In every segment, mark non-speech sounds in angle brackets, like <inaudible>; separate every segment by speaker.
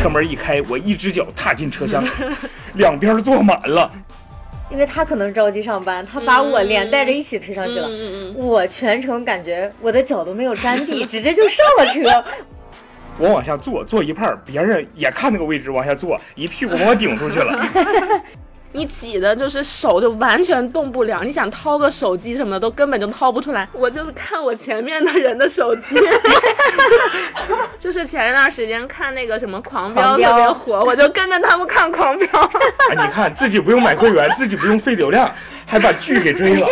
Speaker 1: 车门一开，我一只脚踏进车厢，两边坐满了。
Speaker 2: 因为他可能着急上班，他把我连带着一起推上去了。
Speaker 3: 嗯嗯
Speaker 2: 我全程感觉我的脚都没有沾
Speaker 3: <laughs>
Speaker 2: 地，直接就上了车。
Speaker 1: 我往下坐，坐一半儿，别人也看那个位置往下坐，一屁股把我顶出去了。 <laughs>
Speaker 3: 你挤的就是手就完全动不了，你想掏个手机什么的都根本就掏不出来。我就是看我前面的人的手机，就是前一段时间看那个什么狂飙
Speaker 2: 狂
Speaker 3: 特
Speaker 2: 飙
Speaker 3: 别火，我就跟着他们看狂飙。
Speaker 1: 啊，你看自己不用买会员，自己不用费流量，还把剧给追了。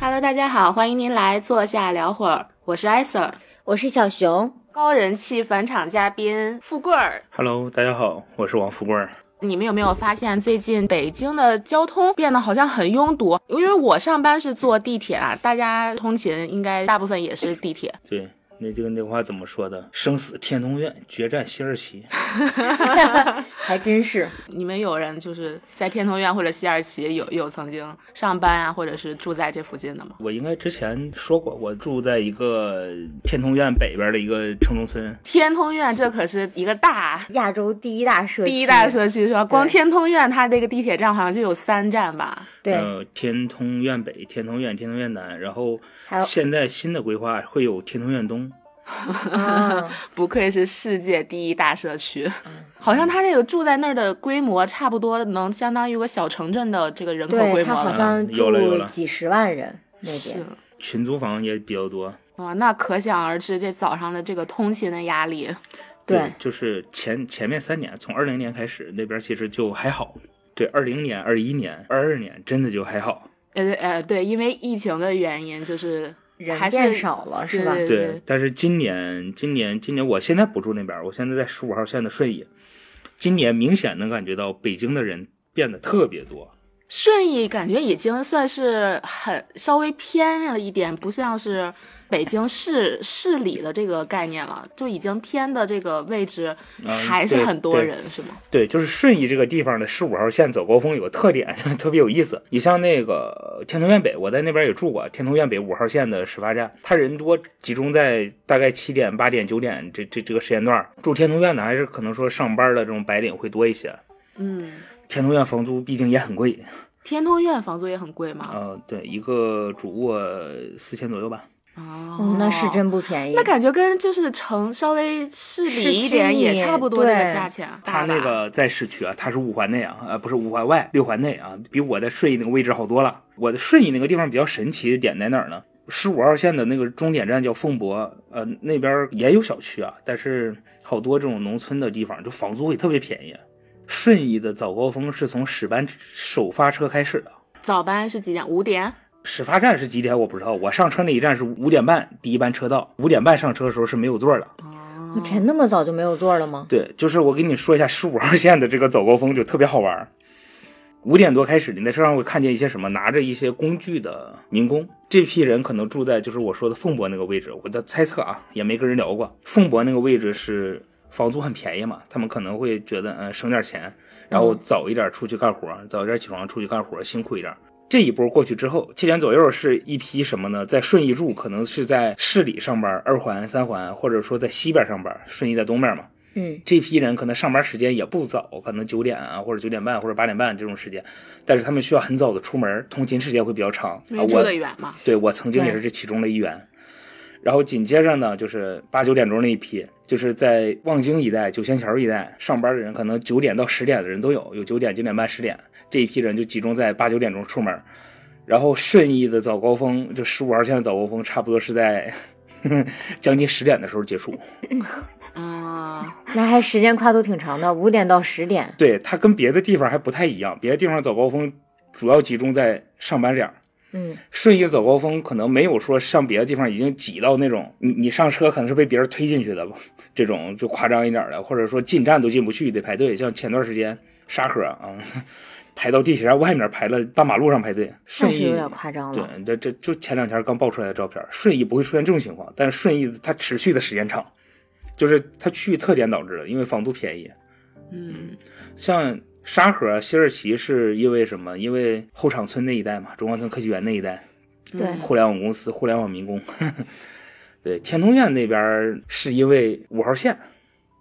Speaker 3: Hello，大家好，欢迎您来坐下聊会儿， <laughs> 我是艾 Sir，
Speaker 2: 我是小熊，
Speaker 3: 高人气返场嘉宾富贵儿。
Speaker 1: Hello，大家好，我是王富贵。
Speaker 3: 你们有没有发现最近北京的交通变得好像很拥堵？因为我上班是坐地铁啊，大家通勤应该大部分也是地铁。
Speaker 4: 对，那这个那话怎么说的？生死天通苑，决战西二旗。
Speaker 2: <laughs> 还真是。
Speaker 3: 你们有人就是在天通苑或者西二旗有有曾经上班啊，或者是住在这附近的吗？
Speaker 4: 我应该之前说过，我住在一个天通苑北边的一个城中村。
Speaker 3: 天通苑这可是一个大。
Speaker 2: 亚洲第一大社区，
Speaker 3: 第一大社区是吧？光天通苑它这个地铁站好像就有三站吧？
Speaker 2: 对，
Speaker 4: 呃，天通苑北、天通苑、天通苑南，然后
Speaker 2: 还有
Speaker 4: 现在新的规划会有天通苑东。
Speaker 2: 啊，
Speaker 3: <laughs> 不愧是世界第一大社区，好像它这个住在那儿的规模差不多能相当于个小城镇的这个人口规
Speaker 2: 对他
Speaker 3: 模
Speaker 2: 好
Speaker 3: 了。
Speaker 2: 像
Speaker 4: 嗯有了有
Speaker 2: 住
Speaker 4: 了
Speaker 2: 几十万人那
Speaker 3: 是
Speaker 2: 边，
Speaker 4: 群租房也比较多，
Speaker 3: 哇，那可想而知这早上的这个通勤的压力。
Speaker 2: 对，
Speaker 4: 就是前前面三年，从二零年开始，那边其实就还好。对，二零年、二一年、二二年真的就还好。
Speaker 3: 呃呃，对，因为疫情的原因，就是
Speaker 2: 人
Speaker 3: 还是
Speaker 2: 变少了是吧？
Speaker 3: 对哦
Speaker 4: 对，但是今年，今年，今年，我现在不住那边儿，我现在在十五号线的顺义。今年明显能感觉到北京的人变得特别多，
Speaker 3: 顺义感觉已经算是很稍微偏了一点，不像是北京市市里的这个概念了，就已经偏的这个位置
Speaker 4: 嗯
Speaker 3: 还是
Speaker 4: 对
Speaker 3: 很多
Speaker 4: 对
Speaker 3: 人，是吗？
Speaker 4: 对，就是顺义这个地方的十五号线早高峰有个特点， <laughs> 特别有意思。你像那个天通苑北，我在那边也住过，天通苑北五号线的始发站，它人多集中在大概七点、八点、九点这这这个时间段儿。住天通苑的还是可能说上班的这种白领会多一些。
Speaker 3: 嗯，
Speaker 4: 天通苑房租毕竟也很贵，
Speaker 3: 天通苑房租也很贵嘛。
Speaker 4: 呃，对，一个主卧四千左右吧。
Speaker 3: 哦
Speaker 2: 嗯，那是。真不便宜
Speaker 3: 那。感觉跟就是城稍微市里一点
Speaker 2: 市区
Speaker 3: 也
Speaker 2: 里
Speaker 3: 差不多这个
Speaker 2: 对
Speaker 3: 价钱，啊
Speaker 4: 他那个在市区啊，他是五环内啊，呃，不是五环外，六环内啊，比我在顺义那个位置好多了。我的顺义那个地方比较神奇的点在哪儿呢？十五号线的那个终点站叫凤博，呃，那边也有小区啊，但是好多这种农村的地方，就房租会特别便宜。顺义的早高峰是从始班首发车开始的，
Speaker 3: 早班是几点？五点。
Speaker 4: 始发站是几点我不知道，我上车那一站是五点半，第一班车到，五点半上车的时候是没有座的。
Speaker 3: 哦
Speaker 2: 我天，那么早就没有座了吗？
Speaker 4: 对，就是我给你说一下十五号线的这个早高峰就特别好玩儿。五点多开始，你在车上会看见一些什么拿着一些工具的民工。这批人可能住在就是我说的凤博那个位置，我的猜测啊，也没跟人聊过。凤博那个位置是房租很便宜嘛，他们可能会觉得嗯、呃省点钱，然后早一点出去干活，早一点起床出去干活，辛苦一点。这一波过去之后，七点左右是一批什么呢？在顺义住，可能是在市里上班，二环、三环，或者说在西边上班，顺义在东边嘛。
Speaker 2: 嗯，
Speaker 4: 这批人可能上班时间也不早，可能九点啊，或者九点半，或者八点半这种时间，但是他们需要很早的出门，通勤时间会比较长。
Speaker 3: 因
Speaker 4: 啊
Speaker 3: 为住
Speaker 4: 我
Speaker 3: 得远嘛。
Speaker 4: 对我曾经也是这其中的一员。然后紧接着呢，就是八九点钟那一批，就是在望京一带、九仙桥一带上班的人，可能九点到十点的人都有，有九点、九点半、十点这一批人就集中在八九点钟出门。然后顺义的早高峰，就十五号线的早高峰，差不多是在 <laughs> 将近十点的时候结束。
Speaker 3: 嗯，
Speaker 2: 那还时间跨度挺长的，五点到十点。
Speaker 4: 对，它跟别的地方还不太一样，别的地方早高峰主要集中在上班点儿。
Speaker 2: 嗯，
Speaker 4: 顺义早高峰可能没有说像别的地方已经挤到那种你你上车可能是被别人推进去的吧，这种就夸张一点的，或者说进站都进不去得排队。像前段时间沙河啊， <laughs> 排到地铁站外面排了，大马路上排队。
Speaker 2: 那
Speaker 4: 顺
Speaker 2: 是
Speaker 4: 义
Speaker 2: 有点夸张
Speaker 4: 对
Speaker 2: 了。，
Speaker 4: 这这就前两天刚爆出来的照片，顺义不会出现这种情况，但是顺义它持续的时间长，就是它区域特点导致的，因为房租便宜。
Speaker 3: 嗯，
Speaker 4: 像沙啊河、西二旗是因为什么？因为后场
Speaker 3: 嗯
Speaker 4: 村那一带嘛，中关村科技园那一带，
Speaker 2: 对
Speaker 4: 互联网公司、互联网民工， <laughs> 对，天通苑那边儿是因为五号线，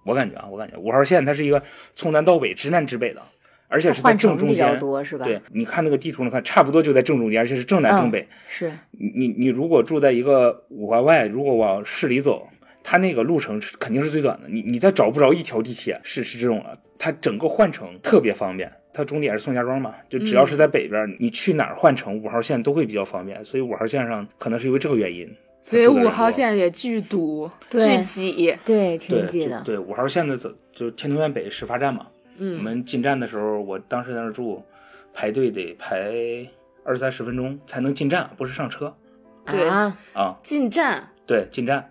Speaker 4: 我感觉啊，我感觉五号线它是一个从南到北、直南直北的，而且是在
Speaker 2: 换乘
Speaker 4: 正
Speaker 2: 比
Speaker 4: 中
Speaker 2: 较
Speaker 4: 间。
Speaker 2: 多是吧？嗯
Speaker 4: 对，你看那个地图，你看差不多就在正中间，而且是正南正北。
Speaker 2: 是
Speaker 4: 你你你如果住在一个五环外，如果往市里走，它那个路程是肯定是最短的。你你再找不着一条地铁是是这种了，它整个换乘特别方便。它终点是宋家庄嘛，就只要
Speaker 3: 嗯
Speaker 4: 是在北边，你去哪儿换乘五号线都会比较方便。所以五号线上可能是因为这个原因，
Speaker 3: 所以
Speaker 4: 它住的人
Speaker 3: 五号
Speaker 4: 多
Speaker 3: 线也巨堵、
Speaker 2: 对
Speaker 3: 巨挤。
Speaker 2: 对，
Speaker 4: 对
Speaker 2: 挺挤
Speaker 4: 就
Speaker 2: 的。
Speaker 4: 对五号线的走就是天通苑北始发站嘛。我
Speaker 3: 嗯，
Speaker 4: 们进站的时候，我当时在那儿住，排队得排二三十分钟才能进站，不是上车
Speaker 3: 对
Speaker 2: 啊，
Speaker 4: 啊。
Speaker 3: 进站
Speaker 4: 对，进站。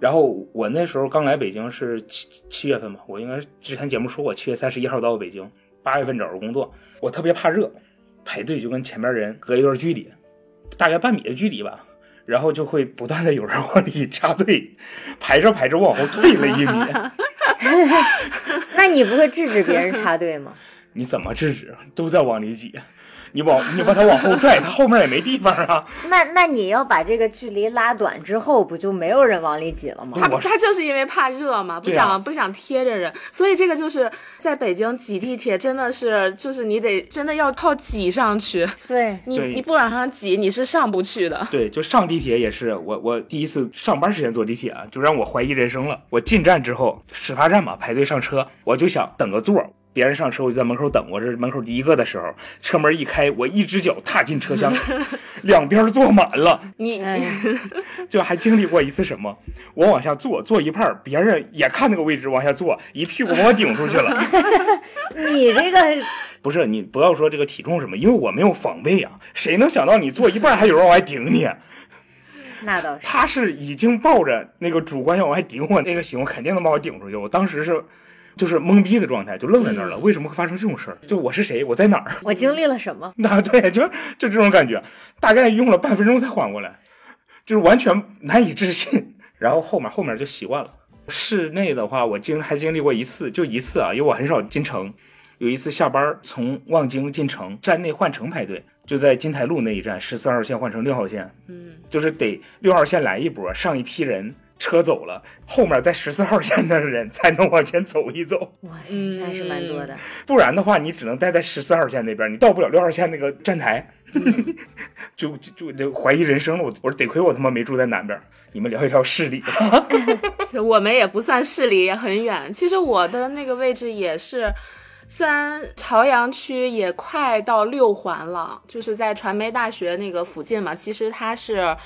Speaker 4: 然后我那时候刚来北京是七七月份吧，我应该是之前节目说过，七月三十一号到北京，八月份找着工作。我特别怕热，排队就跟前面人隔一段距离，大概半米的距离吧，然后就会不断的有人往里插队，排着排着往后退了一米，
Speaker 2: 那你不会制止别人插队
Speaker 3: <laughs>
Speaker 2: 吗？
Speaker 4: 你怎么制止？都在往里挤，你往你把他往后拽，他后面也没地方啊。
Speaker 2: 那那你要把这个距离拉短之后，不就没有人往里挤了吗？
Speaker 3: 他
Speaker 4: 嗯我是
Speaker 3: 他就是因为怕热嘛，不
Speaker 4: 对啊
Speaker 3: 想、不想贴着人，所以这个就是在北京挤地铁真的是就是你得真的要靠挤上去，
Speaker 2: 对，
Speaker 3: 你
Speaker 4: 对
Speaker 3: 你不往上挤你是上不去的。
Speaker 4: 对，就上地铁也是，我我第一次上班时间坐地铁啊，就让我怀疑人生了。我进站之后，始发站嘛，排队上车，我就想等个座儿，别人上车我就在门口等，我是门口第一个的时候，车门一开，我一只脚踏进车厢，两边儿坐满了，
Speaker 3: 你、
Speaker 2: 哎呀，
Speaker 4: 就还经历过一次什么，
Speaker 5: 我往下坐，坐一半儿，别人也看那个位置往下坐，一屁股把我顶出去了。
Speaker 2: 你这个
Speaker 4: <laughs> 不是你不要说这个体重什么，因为我没有防备啊，
Speaker 5: 谁能想到你坐一半儿还有人往外顶你？
Speaker 2: 那倒是，
Speaker 5: 他是已经抱着那个主观要往外顶我那个行，肯定能把我顶出去。我当时是就是懵逼的状态，就愣在那儿了。为什么会发生这种事儿？就我是谁？我在哪儿？
Speaker 2: 我经历了什
Speaker 4: <laughs>
Speaker 2: 么？
Speaker 5: 那对，就就这种感觉，大概用了半分钟才缓过来，就是完全难以置
Speaker 4: <laughs>
Speaker 5: 信。然后后面后面就习惯了。
Speaker 4: 室内的话，我经还经历过一次，就一次啊，因为我很少进城。有一次下班儿从望京进城，站内换乘排队，就在金台路那一站，十四号线换乘六号线，
Speaker 3: 嗯，
Speaker 4: 就是得六号线来一波，上一批人，车走了，后面在十四号线的人才能往前走一走，
Speaker 2: 哇塞，那还是蛮多
Speaker 3: 嗯
Speaker 2: 的。
Speaker 4: 不然的话，你只能待在十四号线那边，你到不了六号线那个站台， <laughs> 就就就就怀疑人生了。我我说得亏我他妈没住在南边儿，你们聊一聊市
Speaker 2: <laughs>
Speaker 4: 里吧。 <laughs>
Speaker 3: 我们也不算市里，也很远。其实我的那个位置也是，虽然朝阳区也快到六环了，就是在传媒大学那个附近嘛。其实它是，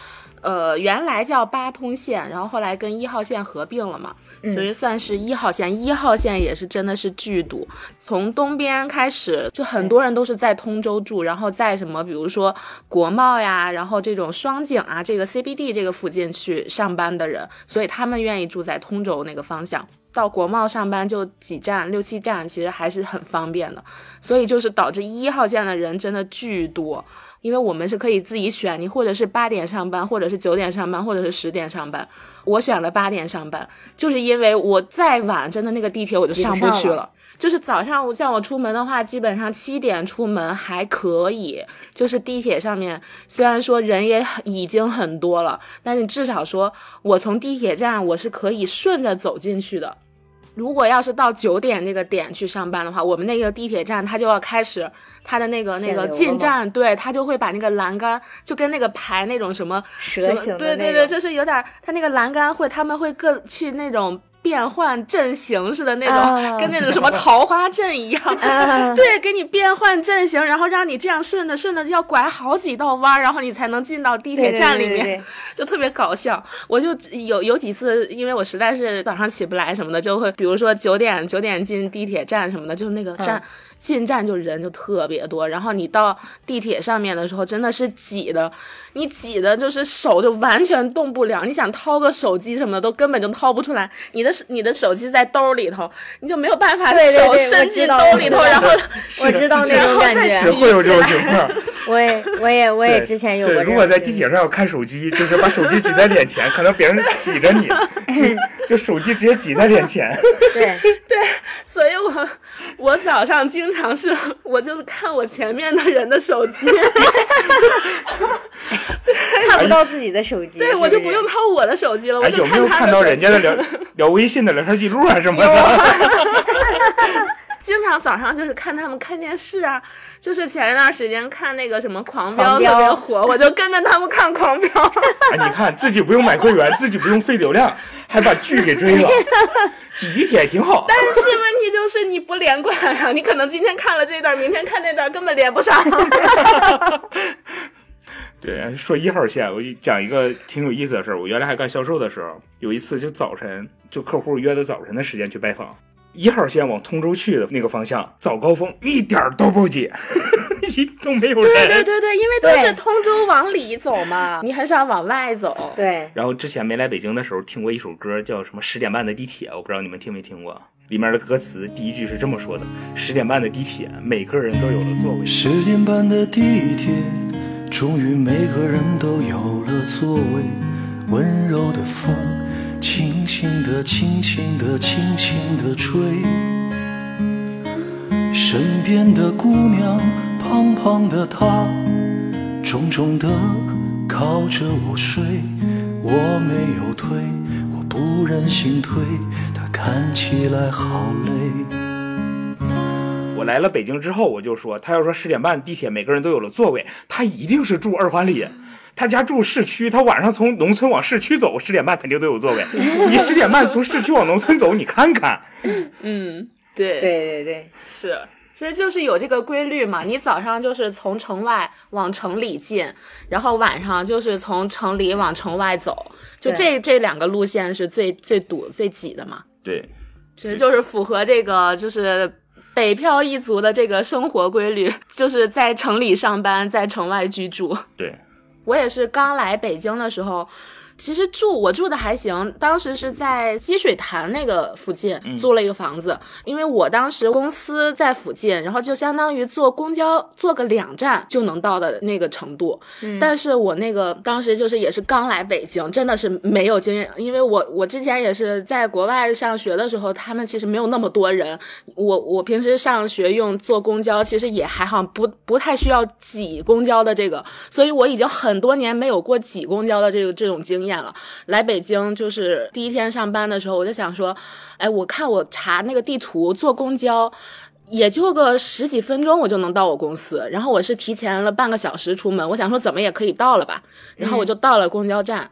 Speaker 3: 呃，原来叫八通线，然后后来跟一号线合并了嘛，所以算是一号线。一号线也是真的是巨堵，从东边开始，就很多人都是在通州住，然后在什么，比如说国贸呀，然后这种双井啊，这个 CBD 这个附近去上班的人，所以他们愿意住在通州那个方向。到国贸上班就几站，六七站，其实还是很方便的。所以就是导致一号线的人真的巨多，因为我们是可以自己选，你或者是八点上班，或者是九点上班，或者是十点上班。我选了八点上班，就是因为我再晚，真的那个地铁我就上不
Speaker 2: 挤
Speaker 3: 去
Speaker 2: 不上
Speaker 3: 了。就是早上我叫我出门的话，基本上七点出门还可以。就是地铁上面，虽然说人也已经很多了，但是至少说我从地铁站我是可以顺着走进去的。如果要是到九点这个点去上班的话，我们那个地铁站它就要开始它的那个
Speaker 2: 限
Speaker 3: 那
Speaker 2: 流
Speaker 3: 个
Speaker 2: 了吗
Speaker 3: 进站，对，它就会把那个栏杆就跟那个排那种什么
Speaker 2: 蛇
Speaker 3: 什
Speaker 2: 形的
Speaker 3: 么对
Speaker 2: 那
Speaker 3: 对对，
Speaker 2: 种
Speaker 3: 就是有点儿它那个栏杆会他们会各去那种变换阵型似的那种，
Speaker 2: 啊
Speaker 3: 跟那种什么桃花阵
Speaker 2: <laughs>
Speaker 3: 一样。
Speaker 2: 啊，
Speaker 3: 对，给你变换阵型，然后让你这样顺着顺着要拐好几道弯儿，然后你才能进到地铁站里面。
Speaker 2: 对对对对
Speaker 3: 就特别搞笑。我就有有几次，因为我实在是早上起不来什么的，就会比如说九点九点进地铁站什么的，就是那个
Speaker 2: 嗯
Speaker 3: 站、进站就人就特别多，然后你到地铁上面的时候真的是挤的，你挤的就是手就完全动不了，你想掏个手机什么的都根本就掏不出来，你的你的手机在兜里头，你就没有办法
Speaker 2: 对对对
Speaker 3: 手
Speaker 2: 我
Speaker 3: 伸
Speaker 2: 知
Speaker 3: 进
Speaker 2: 道
Speaker 3: 兜
Speaker 2: 我
Speaker 3: 里
Speaker 2: 知
Speaker 3: 头，
Speaker 2: <laughs> 道
Speaker 3: 然后
Speaker 2: 我知道那
Speaker 3: 然
Speaker 2: 种
Speaker 3: 后
Speaker 2: 感
Speaker 3: 再
Speaker 4: 也
Speaker 2: 觉，
Speaker 4: 会有这种情
Speaker 2: <laughs>
Speaker 4: 况。
Speaker 2: 我也我也我也
Speaker 4: 对
Speaker 2: 之前有过
Speaker 4: 对，
Speaker 2: 这种经历。
Speaker 4: 如果在地铁上要看手机，就是把手机举
Speaker 2: <laughs>
Speaker 4: <laughs> 在脸前，可能别人挤着你，就手机直接挤在脸前。
Speaker 2: 对，
Speaker 3: <laughs> 对，所以我我早上经常是我就看我前面的人的手机，
Speaker 2: 看不到自己的手机，
Speaker 3: <laughs> 对
Speaker 2: 是
Speaker 3: <laughs> 我就不
Speaker 2: 是
Speaker 3: 用掏我的手机了，我
Speaker 4: 哎，
Speaker 3: 就
Speaker 4: 有没有
Speaker 3: 他
Speaker 4: 看
Speaker 3: 的
Speaker 4: 到
Speaker 3: 手
Speaker 4: 人
Speaker 3: 机 <laughs>
Speaker 4: 家的聊聊微信的聊天记录啊什么的？
Speaker 3: 经常早上就是看他们看电视啊，就是前一段时间看那个什么《狂飙》
Speaker 2: 狂飙
Speaker 3: 特别火，我就跟着他们看《狂飙》。
Speaker 4: <laughs>
Speaker 3: <laughs>
Speaker 4: 哎，你看自己不用买会员，自己不用费流量，还把剧给追
Speaker 2: <laughs>
Speaker 4: 了，挤地铁挺好。
Speaker 3: 但是问题就是你不连贯啊，你可能今天看了这段，明天看那段，根本连不上。
Speaker 4: 对，说一号线，我就讲一个挺有意思的事儿。我原来还干销售的时候，有一次就早晨，就客户约的早晨的时间去拜访，一号线往通州去的那个方向，早高峰一点儿都不挤， <laughs> 一都没有人。
Speaker 3: 对对对对，因为都
Speaker 2: 对
Speaker 3: 是通州往里走嘛，你很少往外走。
Speaker 2: 对，
Speaker 4: 然后之前没来北京的时候听过一首歌，叫什么《十点半的地铁》，我不知道你们听没听过。里面的歌词第一句是这么说的：“十点半的地铁，每个人都有了座位。
Speaker 6: 十点半的地铁，终于每个人都有了座位。温柔的风，轻轻地、轻轻地、轻轻地吹。身边的姑娘，胖胖的她，重重地靠着我睡。我没有推，我不忍心推，她看起来好累。”
Speaker 4: 我来了北京之后，我就说，他要说十点半地铁每个人都有了座位，他一定是住二环里。他家住市区，他晚上从农村往市区走，十点半肯定都有座位。你十点半从市区往农村走，你看看，
Speaker 3: 嗯，对
Speaker 2: 对对对，
Speaker 3: 是。其实就是有这个规律嘛，你早上就是从城外往城里进，然后晚上就是从城里往城外走，就这这两个路线是最最堵、最挤的嘛。
Speaker 4: 对，
Speaker 3: 其实就是符合这个就是北漂一族的这个生活规律，就是在城里上班，在城外居住。
Speaker 4: 对，
Speaker 3: 我也是刚来北京的时候。其实住我住的还行，当时是在积水潭那个附近租了一个房子，因为我当时公司在附近，然后就相当于坐公交坐个两站就能到的那个程度。但是我那个当时就是也是刚来北京，真的是没有经验，因为我我之前也是在国外上学的时候，他们其实没有那么多人，我我平时上学用坐公交，其实也还好，不不太需要挤公交的这个，所以我已经很多年没有过挤公交的这个这种经验了。来北京就是第一天上班的时候，我就想说，哎，我看我查那个地图坐公交。也就个十几分钟，我就能到我公司。然后我是提前了半个小时出门，我想说怎么也可以到了吧。然后我就到了公交站，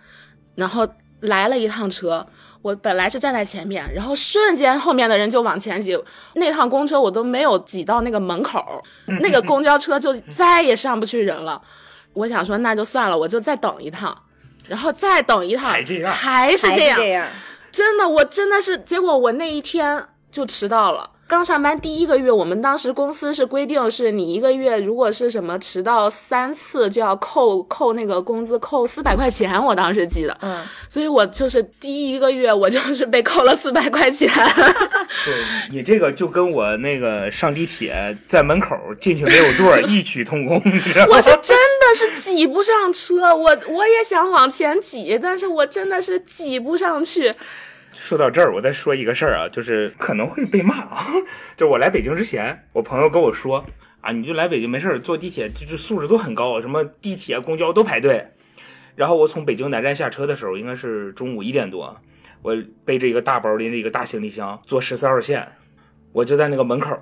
Speaker 3: 然后来了一趟车，我本来是站在前面，然后瞬间后面的人就往前挤，那趟公车我都没有挤到那个门口，那个公交车就再也上不去人了。我想说那就算了，我就再等一趟，然后再等一趟，
Speaker 4: 还这样
Speaker 3: 还是
Speaker 2: 还
Speaker 3: 这
Speaker 2: 是
Speaker 3: 样
Speaker 2: 这，样，
Speaker 3: 真的，我真的是，结果我那一天就迟到了。刚上班第一个月，我们当时公司是规定，是你一个月如果是什么迟到三次，就要扣扣那个工资，扣四百块钱。我当时记得，
Speaker 2: 嗯，
Speaker 3: 所以我就是第一个月，我就是被扣了四百块钱。
Speaker 4: 对你这个就跟我那个上地铁在门口进去没有座儿异曲同工，你知道吗
Speaker 3: 我是真的是挤不上车，我我也想往前挤，但是我真的是挤不上去。
Speaker 4: 说到这儿，我再说一个事儿啊，就是可能会被骂啊。就我来北京之前，我朋友跟我说啊，你就来北京没事儿，坐地铁就就素质都很高，啊什么地铁、公交都排队。然后我从北京南站下车的时候，应该是中午一点多，我背着一个大包，拎着一个大行李箱，坐十四号线，我就在那个门口，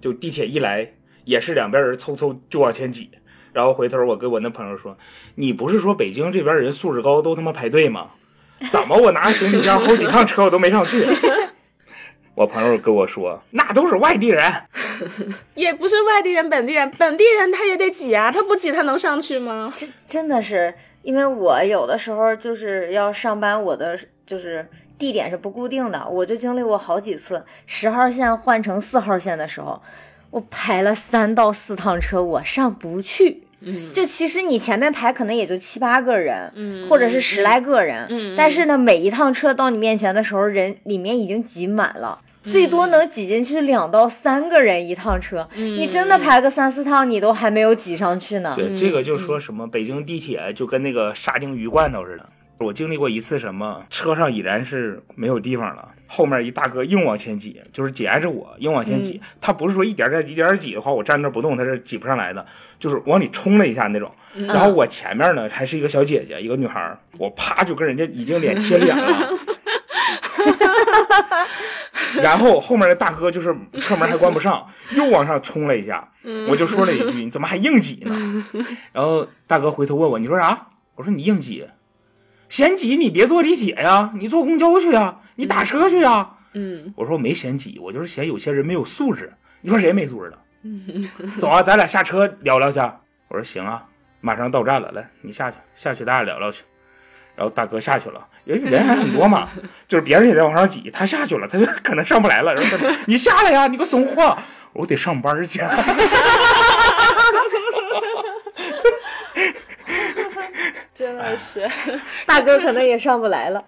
Speaker 4: 就地铁一来，也是两边人凑凑就往前挤。然后回头我跟我那朋友说：“你不是说北京这边人素质高都他妈排队吗？怎么我拿着行李箱好几趟车我都没上去？”我朋友跟我说：“那都是外地人，
Speaker 3: 也不是外地人，本地人，本地人他也得挤啊，他不挤他能上去吗？
Speaker 2: 真真的是，因为我有的时候就是要上班，我的就是地点是不固定的，我就经历过好几次，十号线换成四号线的时候，我排了三到四趟车，我上不去。嗯，就其实你前面排可能也就七八个人，嗯，或者是十来个人，嗯，但是呢，每一趟车到你面前的时候，人里面已经挤满了。最多能挤进去两到三个人一趟车，你真的排个三四趟，你都还没有挤上去呢。
Speaker 4: 对，这个就说什么北京地铁就跟那个沙丁鱼罐头似的，我经历过一次什么，车上已然是没有地方了，后面一大哥硬往前挤，就是紧挨着我，硬往前挤。他不是说一点点一点点挤的话，我站那儿不动，他是挤不上来的，就是往里冲了一下那种。然后我前面呢还是一个小姐姐，一个女孩儿，我啪就跟人家已经脸贴脸了。然后后面的大哥就是车门还关不上，又往上冲了一下，我就说了一句：“你怎么还硬挤呢？”然后大哥回头问我：“你说啥？”我说：“你硬挤。”嫌挤你别坐地铁呀，你坐公交去呀，你打车去呀。
Speaker 3: 嗯，
Speaker 4: 我说我没嫌挤，我就是嫌有些人没有素质。你说谁没素质了？走啊，咱俩下车聊聊去。我说行啊，马上到站了，来你下去，下去咱俩聊聊去。然后大哥下去了，因为人还很多嘛，就是别人也在往上挤，他下去了，他就可能上不来了。然后他说你下来呀，你个怂货！我说我得上班去。啊
Speaker 3: 真的是。
Speaker 2: 大哥可能也上不来了。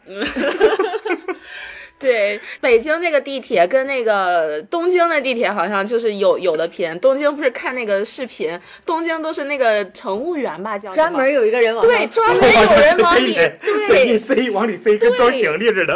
Speaker 3: 对，北京那个地铁跟那个东京的地铁好像就是有有的偏。东京不是看那个视频，东京都是那个乘务员吧，叫什么
Speaker 2: 专门有啊一个人往上
Speaker 3: 对，专
Speaker 2: <laughs>
Speaker 3: 门有人往里
Speaker 4: 给你
Speaker 3: 对。
Speaker 4: 塞，往里塞，跟装行李似的。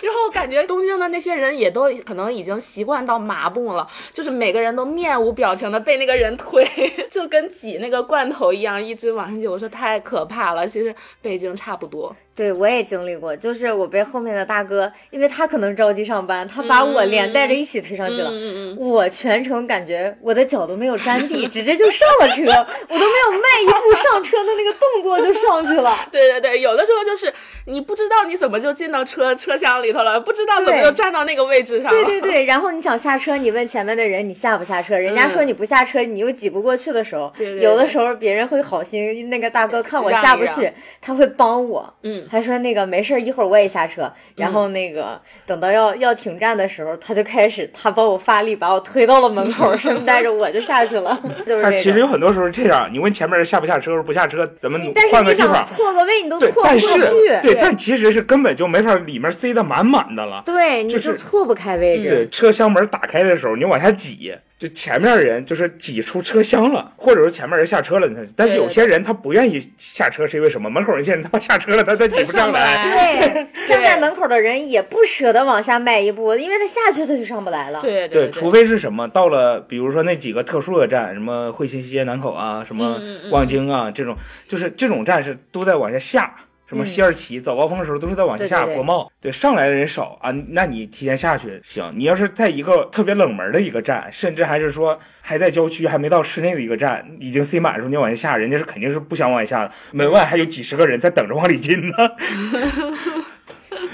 Speaker 3: 然后感觉东京的那些人也都可能已经习惯到麻木了，就是每个人都面无表情的被那个人推， <laughs> 就跟挤那个罐头一样，一直往上挤。我说太可怕了，其实北京差不多。
Speaker 2: 对，我也经历过，就是我被后面的大哥，因为他可能着急上班，他把我连带着一起推上去了。
Speaker 3: 嗯嗯
Speaker 2: 我全程感觉我的脚都没有沾地，直接就上了车，我都没有迈一步上车的那个动作就上去了。
Speaker 3: <laughs> 对对对，有的时候就是你不知道你怎么就进到车车厢里头了，不知道怎么
Speaker 2: 对
Speaker 3: 就站到那个位置上了。
Speaker 2: 对对对，然后你想下车，你问前面的人你下不下车，人家说你不下车，你又挤不过去的时候，
Speaker 3: 嗯对对对
Speaker 2: 有的时候别人会好心，那个大哥看我下不
Speaker 3: 让一
Speaker 2: 去，他会帮我，
Speaker 3: 嗯
Speaker 2: 还说那个没事儿，一会儿我也下车。然后那个等到要要停站的时候，他就开始他帮我发力，把我推到了门口，顺带着我就下去
Speaker 3: <laughs>
Speaker 2: 了，就是
Speaker 4: 但
Speaker 2: 这
Speaker 4: 其实
Speaker 2: 种。
Speaker 4: 有很多时候这样，你问前面人下不下车，说不下车，咱们
Speaker 2: 但是
Speaker 4: 换个
Speaker 2: 你
Speaker 4: 地方
Speaker 2: 想。错个位，你都
Speaker 4: 对，
Speaker 2: 错
Speaker 4: 但
Speaker 2: 不
Speaker 4: 是
Speaker 2: 过去，
Speaker 4: 对，但其实是根本就没法里面塞得满满的了。
Speaker 2: 对，你
Speaker 4: 就是
Speaker 2: 就错不开位置。
Speaker 4: 对，车厢门打开的时候，你往下挤，就前面人就是挤出车厢了，或者说前面人下车了，你才。但是有些人他不愿意下车，是因为什么？门口那些人他妈下车了，他他挤不上来。
Speaker 3: <laughs>
Speaker 2: 对，站在门口的人也不舍得往下迈一步，因为他下去他就上不来了。，
Speaker 3: 对
Speaker 4: 对，
Speaker 3: 对，
Speaker 4: 除非是什么到了，比如说那几个特殊的站，什么惠新街南口啊，什么望京啊，这种就是这种站是都在往下下。什么西二旗、早高峰的时候都是在往下下，
Speaker 2: 对对对
Speaker 4: 国贸对上来的人少啊，那你提前下去行。你要是在一个特别冷门的一个站，甚至还是说还在郊区还没到室内的一个站，已经塞满的时候你往下下，人家是肯定是不想往下下的，门外还有几十个人在等着往里进呢。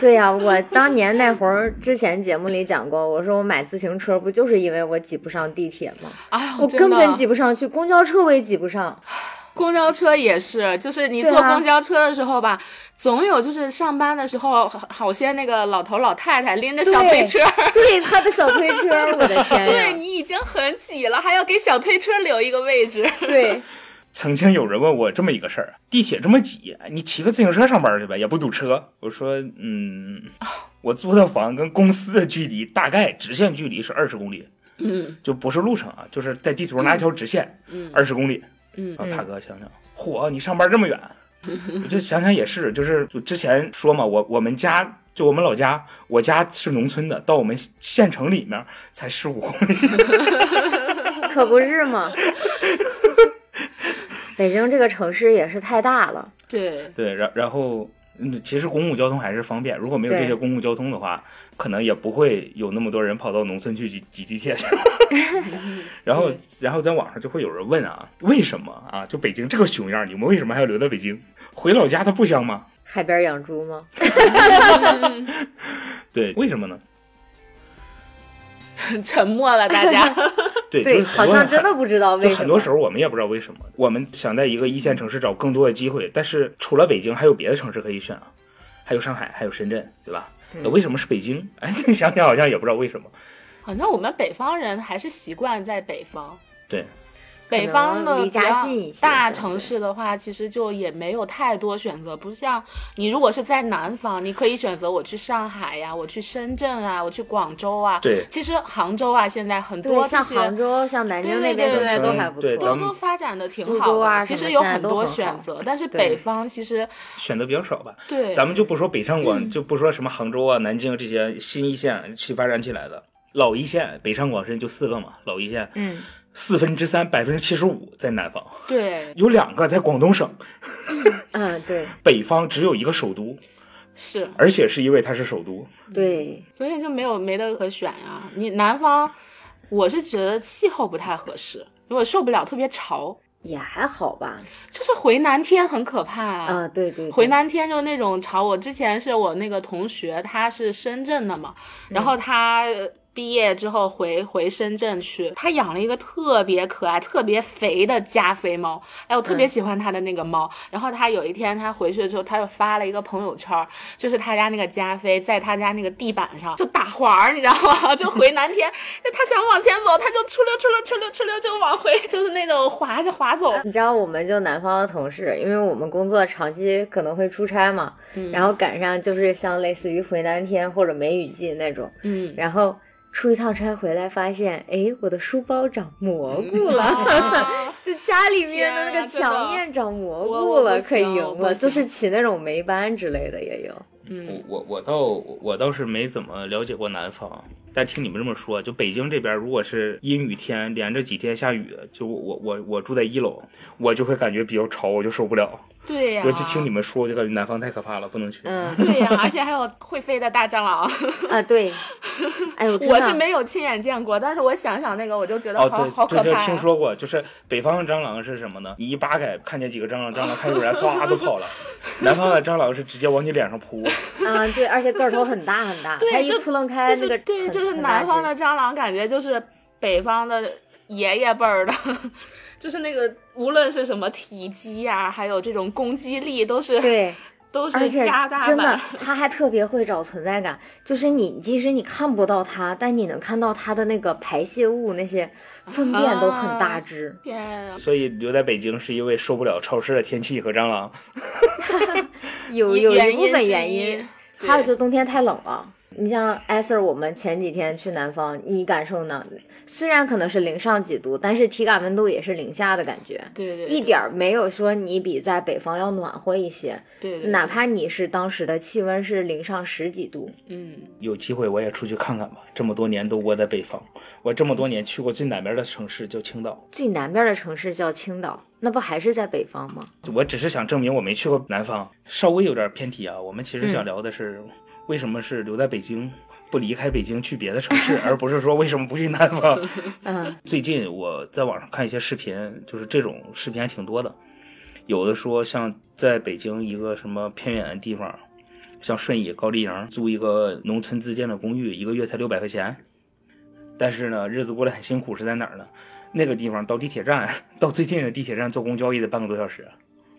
Speaker 2: 对呀、我当年那会儿之前节目里讲过，我说我买自行车不就是因为我挤不上地铁吗？
Speaker 3: 哎呦，
Speaker 2: 我
Speaker 3: 真的
Speaker 2: 根本挤不上去，公交车我也挤不上。
Speaker 3: 公交车也是，就是你
Speaker 2: 对
Speaker 3: 坐
Speaker 2: 啊
Speaker 3: 公交车的时候吧，总有就是上班的时候，好好些那个老头老太太拎着小推车，
Speaker 2: 对，他的小推车，我
Speaker 3: <laughs>
Speaker 2: 的天呀！
Speaker 3: 对你已经很挤了，还要给小推车留一个位置。
Speaker 2: 对
Speaker 4: 曾经有人问我这么一个事儿：啊地铁这么挤，你骑个自行车上班去呗，也不堵车。我说，嗯，我租的房跟公司的距离大概直线距离是二十公里，嗯，就不是路程啊，就是在地图上拉一条直线，嗯，二十公里，啊
Speaker 3: 嗯
Speaker 4: 然后大哥想想，嚯，你上班这么远，我就想想也是，就是就之前说嘛，我我们家就我们老家，我家是农村的，到我们县城里面才十五公里，
Speaker 2: 可不是嘛。北京这个城市也是太大了，
Speaker 3: 对，
Speaker 4: 对，然然后，嗯，其实公共交通还是方便。如果没有这
Speaker 2: 对
Speaker 4: 些公共交通的话，可能也不会有那么多人跑到农村去 <laughs> 挤挤地
Speaker 2: <laughs>
Speaker 4: 铁。然后，然后在网上就会有人问啊，为什么啊？就北京这个熊样，你们为什么还要留在北京？回老家它不香吗？
Speaker 2: 海边养猪吗？
Speaker 4: 对，为什么呢？
Speaker 3: <laughs> 沉默了大家。 <laughs>
Speaker 4: 对，
Speaker 2: 对，
Speaker 4: 就是很
Speaker 2: 好
Speaker 4: 多
Speaker 2: 像
Speaker 4: 人
Speaker 2: 真
Speaker 4: 还
Speaker 2: 的不知道为
Speaker 4: 就
Speaker 2: 什么。
Speaker 4: 很多时候我们也不知道为什么，我们想在一个一线城市找更多的机会，但是除了北京，还有别的城市可以选啊，还有上海，还有深圳，对吧？那为什么是北京？ <laughs> 哎，想想好像也不知道为什么。
Speaker 3: 好像我们北方人还是习惯在北方，
Speaker 4: 对，
Speaker 3: 北方的
Speaker 2: 离
Speaker 3: 比
Speaker 2: 家
Speaker 3: 较
Speaker 2: 近一些
Speaker 3: 大
Speaker 2: 相对
Speaker 3: 城市的话，其实就也没有太多选择，不像你如果是在南方，你可以选择我去上海呀，我去深圳啊，我去广州啊。
Speaker 4: 对
Speaker 3: 其实杭州啊，现在很多
Speaker 2: 对，
Speaker 3: 这
Speaker 2: 像
Speaker 3: 些
Speaker 2: 杭州、像南京
Speaker 3: 对
Speaker 2: 那
Speaker 3: 对
Speaker 2: 边现
Speaker 3: 对
Speaker 2: 在
Speaker 4: 咱
Speaker 2: 都
Speaker 4: 们
Speaker 2: 还不
Speaker 4: 对咱
Speaker 2: 错
Speaker 3: 都
Speaker 4: 们。
Speaker 3: 都发展的挺
Speaker 2: 苏
Speaker 3: 好
Speaker 2: 州
Speaker 3: 的，
Speaker 2: 啊
Speaker 3: 其
Speaker 2: 什么
Speaker 3: 实有
Speaker 2: 现在
Speaker 3: 很
Speaker 2: 都
Speaker 3: 多
Speaker 2: 很
Speaker 3: 选
Speaker 2: 好
Speaker 3: 择，但是
Speaker 2: 对
Speaker 3: 北方其实
Speaker 4: 选择比较少吧。
Speaker 3: 对嗯
Speaker 4: 咱们就不说北上广，就不说什么杭州啊、南京这些新一线去发展起来的，老一线北上广深就四个嘛，老一线，
Speaker 2: 嗯，
Speaker 4: 四分之三百分之七十五在南方，
Speaker 3: 对
Speaker 4: 有两个在广东省，
Speaker 2: 嗯，对
Speaker 4: 北方只有一个首都，
Speaker 3: 是，
Speaker 4: 而且是因为它是首都，
Speaker 3: 嗯
Speaker 2: 对，
Speaker 3: 所以就没有没得可选啊。你南方，我是觉得气候不太合适，因为我受不了特别潮，
Speaker 2: 也还好吧。
Speaker 3: 就是回南天很可怕啊。
Speaker 2: 啊，对对，对
Speaker 3: 回南天就是那种潮。我之前是我那个同学，他是深圳的嘛，然后他毕业之后回回深圳去，他养了一个特别可爱、特别肥的加菲猫，哎，我特别喜欢他的那个猫。然后他有一天他回去之后，他就发了一个朋友圈儿，就是他家那个加菲在他家那个地板上就打滑儿，你知道吗？ <laughs> 就回南天，他想往前走，他就出溜出溜出溜出溜就往回，就是那种滑就滑走。
Speaker 2: 你知道，我们就南方的同事，因为我们工作长期可能会出差嘛，
Speaker 3: 嗯
Speaker 2: 然后赶上就是像类似于回南天或者梅雨季那种，
Speaker 3: 嗯，
Speaker 2: 然后出一趟差回来，发现哎，我的书包长蘑菇了。
Speaker 3: 啊
Speaker 2: <laughs> 就家里面的那个
Speaker 3: 天啊
Speaker 2: 墙面长蘑
Speaker 3: 我
Speaker 2: 菇
Speaker 3: 啊我
Speaker 2: 了，
Speaker 3: 不
Speaker 2: 可以
Speaker 3: 行
Speaker 2: 赢
Speaker 3: 我
Speaker 2: 了，
Speaker 3: 不
Speaker 2: 就是
Speaker 3: 行
Speaker 2: 起那种霉斑之类的也有。
Speaker 3: 嗯
Speaker 4: 我我我倒我倒是没怎么了解过南方，但听你们这么说，就北京这边如果是阴雨天，连着几天下雨，就我我我我住在一楼，我就会感觉比较潮，我就受不了。
Speaker 3: 对呀、
Speaker 4: 我就听你们说，我就感觉南方太可怕了，不能去。
Speaker 2: 嗯
Speaker 3: 对呀、而且还有会飞的大蟑
Speaker 4: 哦
Speaker 3: 螂，
Speaker 2: 啊，对，哎呦，真
Speaker 3: 我
Speaker 2: 的
Speaker 3: 是没有亲眼见过，但是我想想那个，我就觉得
Speaker 4: 啊哦，
Speaker 3: 好、好
Speaker 4: 对
Speaker 3: 可
Speaker 4: 对对，
Speaker 3: 怕、
Speaker 4: 听。说过，就是北方的蟑螂是什么呢？你一扒开，看见几个蟑螂，蟑螂看有人唰都跑了。南方的蟑螂是直接往你脸上扑，
Speaker 2: 啊，对，而且个头很大很大，它
Speaker 3: <laughs> 对，
Speaker 2: 一
Speaker 3: 就
Speaker 2: 扑棱开
Speaker 3: 就
Speaker 2: 那
Speaker 3: 是
Speaker 2: 个
Speaker 3: 对，
Speaker 2: 很
Speaker 3: 就是
Speaker 2: 很大
Speaker 3: 南方
Speaker 2: 只
Speaker 3: 的蟑螂，感觉就是北方的爷爷辈儿的， <laughs> 就是那个无论是什么体积呀、还有这种攻击力，都 <laughs> 是
Speaker 2: 对，
Speaker 3: 都
Speaker 2: 而
Speaker 3: 是
Speaker 2: 且
Speaker 3: 加大
Speaker 2: 真的
Speaker 3: 版。，
Speaker 2: 它还特别会找存在感，就是你即使你看不到它，但你能看到它的那个排泄物那些粪便都很大
Speaker 3: 啊
Speaker 2: 只。
Speaker 3: 天啊，
Speaker 4: 所以留在北京是因为受不了潮湿的天气和蟑螂。
Speaker 2: 有
Speaker 3: 原
Speaker 2: 有
Speaker 3: 原
Speaker 2: 一部
Speaker 3: 因
Speaker 2: 分
Speaker 3: 之
Speaker 2: 原
Speaker 3: 一
Speaker 2: 因，
Speaker 3: 对
Speaker 2: 还有就冬天太冷了。你像艾 Sir，我们前几天去南方，你感受呢？虽然可能是零上几度，但是体感温度也是零下的感觉，
Speaker 3: 对对
Speaker 2: 一点儿没有说你比在北方要暖和一些。
Speaker 3: 对对，
Speaker 2: 哪
Speaker 3: 对
Speaker 2: 怕你是当时的气温是零上十几度，
Speaker 3: 嗯，
Speaker 4: 有机会我也出去看看吧，这么多年都窝在北方，我这么多年去过最南边的城市叫青岛，
Speaker 2: 最南边的城市叫青岛，那不还是在北方吗？
Speaker 4: 我只是想证明我没去过南方，稍微有点偏题啊。我们其实想聊的是，为什么是留在北京，不离开北京去别的城市，而不是说为什么不去南方。
Speaker 2: 嗯，
Speaker 4: 最近我在网上看一些视频，就是这种视频还挺多的，有的说像在北京一个什么偏远的地方，像顺义、高丽营租一个农村自建的公寓，一个月才六百块钱，但是呢，日子过得很辛苦，是在哪儿呢？那个地方到地铁站， <laughs> 到最近的地铁站坐公交也得半个多小时。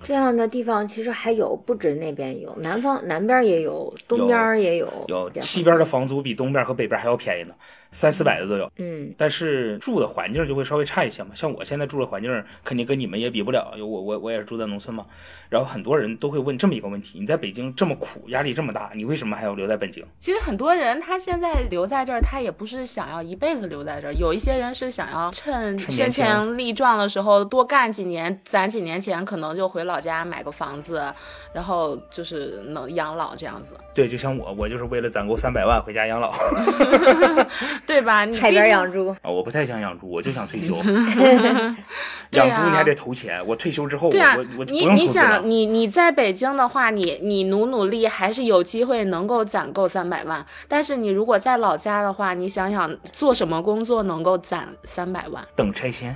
Speaker 2: 这样的地方其实还有，不止那边有，南方南边也有，东边也有，
Speaker 4: 有
Speaker 2: 比较
Speaker 4: 西边的房租比东边和北边还要便宜呢，三四百的都有。
Speaker 2: 嗯，
Speaker 4: 但是住的环境就会稍微差一些嘛。像我现在住的环境，肯定跟你们也比不了，因为我我我也是住在农村嘛。然后很多人都会问这么一个问题：你在北京这么苦，压力这么大，你为什么还要留在北京？
Speaker 3: 其实很多人他现在留在这儿，他也不是想要一辈子留在这儿，有一些人是想要趁
Speaker 4: 趁
Speaker 3: 身
Speaker 4: 年轻
Speaker 3: 强力壮的时候多干几年，攒几年钱，可能就回老家买个房子，然后就是能养老这样子，
Speaker 4: 对，就像我，我就是为了攒够三百万回家养老 <laughs>
Speaker 3: 对吧？你
Speaker 2: 海
Speaker 3: 毕
Speaker 2: 边
Speaker 3: 竟
Speaker 2: 养猪， <laughs>
Speaker 4: 啊！我不太想养猪，我就想退
Speaker 3: <laughs>
Speaker 4: 休。
Speaker 3: 对啊
Speaker 4: 养猪你还得投钱，我退休之后我、
Speaker 3: 对啊
Speaker 4: 我我，就不
Speaker 3: 你
Speaker 4: 用投
Speaker 3: 你
Speaker 4: 资了
Speaker 3: 想，。你你在北京的话，你你努努力还是有机会能够攒够三百万。但是你如果在老家的话，你想想做什么工作能够攒三百万？ <laughs>
Speaker 4: 等拆迁，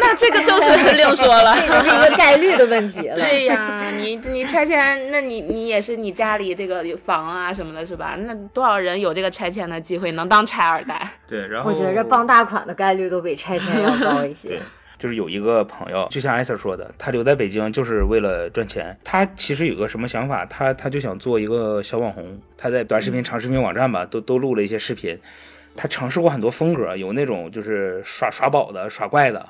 Speaker 3: 那这个就是 <laughs> 另说了。
Speaker 2: 这就是一个概率的问题了。
Speaker 3: 对呀，你你拆迁，那你你也是你家里这个房啊什么的，是吧？那多少人有这个拆迁的机会，能当拆二代？
Speaker 4: 对，然后
Speaker 2: 我觉得傍大款的概率都比拆迁要高一些
Speaker 4: 对。就是有一个朋友，就像艾 Sir 说的，他留在北京就是为了赚钱。他其实有个什么想法，他他就想做一个小网红。他在短视频、长视频网站吧，都都录了一些视频。他尝试过很多风格，有那种就是耍耍宝的、耍怪的，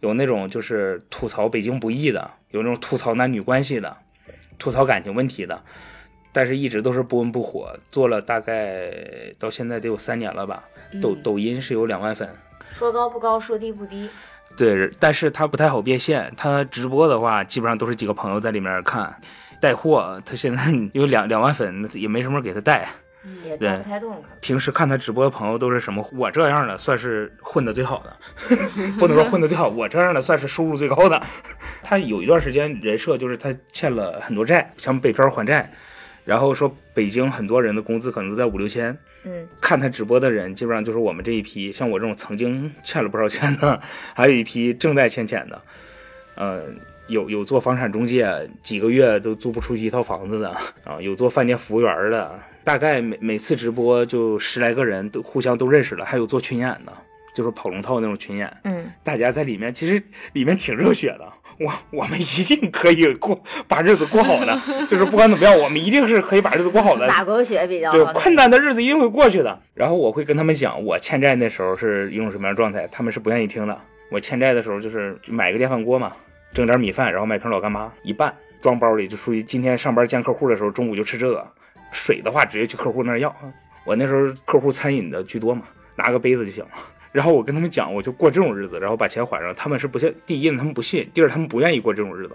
Speaker 4: 有那种就是吐槽北京不易的，有那种吐槽男女关系的，吐槽感情问题的，但是一直都是不温不火，做了大概到现在得有三年了吧。抖抖音是有两万粉，
Speaker 2: 说高不高，说低不低。
Speaker 4: 对，但是他不太好变现。他直播的话，基本上都是几个朋友在里面看，带货。他现在 <laughs> 有两两万粉，也没什么人给他带。
Speaker 2: 嗯也
Speaker 4: 对
Speaker 2: 带不太动可能。
Speaker 4: 平时看他直播的朋友都是什么？我这样的算是混的最好的， <laughs> 不能说混的最好，我这样的算是收入最高的。 <laughs> 他有一段时间人设就是他欠了很多债，想北漂还债，然后说北京很多人的工资可能都在五六千，
Speaker 2: 嗯，
Speaker 4: 看他直播的人基本上就是我们这一批，像我这种曾经欠了不少钱的，还有一批正在欠钱的，呃，有有做房产中介几个月都租不出去一套房子的啊，有做饭店服务员的，大概每每次直播就十来个人都互相都认识了，还有做群演的，就是跑龙套那种群演，
Speaker 2: 嗯，
Speaker 4: 大家在里面其实里面挺热血的。我我们一定可以过把日子过好的，就是不管怎么样，我们一定是可以把日子过好的。
Speaker 2: 打狗血比较
Speaker 4: 对，
Speaker 2: 好。
Speaker 4: 困难的日子一定会过去的。然后我会跟他们讲，我欠债那时候是一种什么样的状态，他们是不愿意听的。我欠债的时候就是买个电饭锅嘛，蒸点米饭，然后买瓶老干妈，一拌装包里，就属于今天上班见客户的时候，中午就吃这个。水的话，直接去客户那儿要。 <laughs> 我那时候客户餐饮的居多嘛，拿个杯子就行了。然后我跟他们讲，我就过这种日子，然后把钱还上。他们是不信，第一他们不信，第二他们不愿意过这种日子，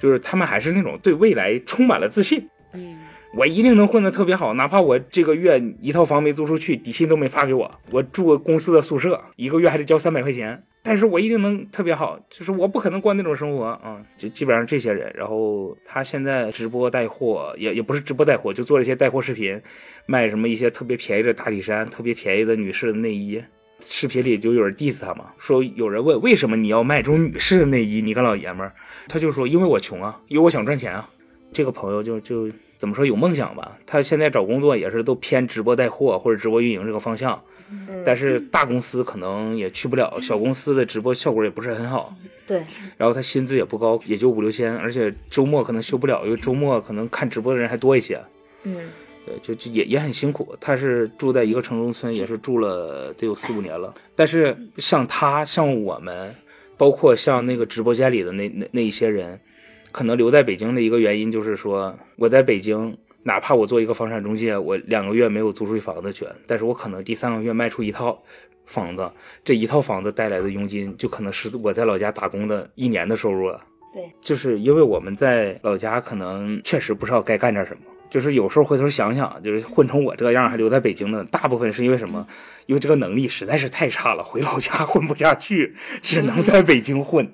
Speaker 4: 就是他们还是那种对未来充满了自信。
Speaker 3: 嗯，
Speaker 4: 我一定能混得特别好，哪怕我这个月一套房没租出去，底薪都没发给我，我住个公司的宿舍，一个月还得交三百块钱，但是我一定能特别好，就是我不可能过那种生活啊、嗯就基本上这些人，然后他现在直播带货，也也不是直播带货，就做了一些带货视频，卖什么一些特别便宜的打底衫，特别便宜的女士的内衣。视频里就有人 diss 他嘛，说有人问为什么你要卖这种女士的内衣，你个老爷们儿，他就说因为我穷啊，因为我想赚钱啊。这个朋友就就怎么说有梦想吧，他现在找工作也是都偏直播带货或者直播运营这个方向，但是大公司可能也去不了，小公司的直播效果也不是很好，
Speaker 2: 对，
Speaker 4: 然后他薪资也不高，也就五六千，而且周末可能休不了，因为周末可能看直播的人还多一些，
Speaker 2: 嗯，
Speaker 4: 对，就就也也很辛苦。他是住在一个城中村，也是住了得有四五年了。但是像他，像我们，包括像那个直播间里的那那那一些人，可能留在北京的一个原因就是说，我在北京，哪怕我做一个房产中介，我两个月没有租出去房子去，但是我可能第三个月卖出一套。房子这一套房子带来的佣金，就可能是我在老家打工的一年的收入了。就是因为我们在老家可能确实不知道该干点什么，就是有时候回头想想，就是混成我这样还留在北京的，大部分是因为什么？因为这个能力实在是太差了，回老家混不下去，只能在北京混。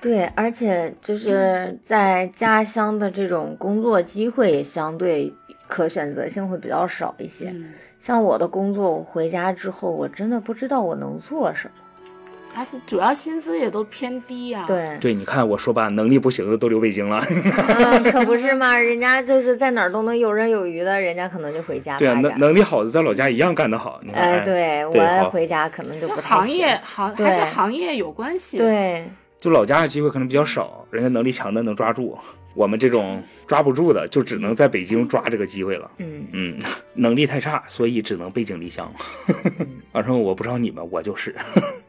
Speaker 2: 对，而且就是在家乡的这种工作机会也相对可选择性会比较少一些。像我的工作，我回家之后，我真的不知道我能做什么。
Speaker 3: 而且主要薪资也都偏低啊呀、，
Speaker 2: 对，
Speaker 4: 对，你看我说吧，能力不行的都留北京了。
Speaker 2: 嗯， <laughs> 可不是嘛，人家就是在哪儿都能游刃有余的，人家可能就回家
Speaker 4: 对啊，
Speaker 2: 发
Speaker 4: 能
Speaker 2: 展。
Speaker 4: 能力好的在老家一样干得好。你看，
Speaker 2: 哎，
Speaker 4: 哎
Speaker 2: 对
Speaker 4: 对
Speaker 2: 我
Speaker 4: 好
Speaker 2: 回家可能就
Speaker 3: 就
Speaker 2: 不太
Speaker 3: 行
Speaker 2: 行
Speaker 3: 业行
Speaker 2: 对
Speaker 3: 还是行业有关系。，
Speaker 2: 对，
Speaker 4: 就老家的机会可能比较少，人家能力强的能抓住，我们这种抓不住的就只能在北京抓这个机会了。
Speaker 2: 嗯，
Speaker 4: 嗯，能力太差，所以只能背井离乡。
Speaker 2: 嗯
Speaker 4: <laughs> 反正我不知道你们，我就是， <laughs>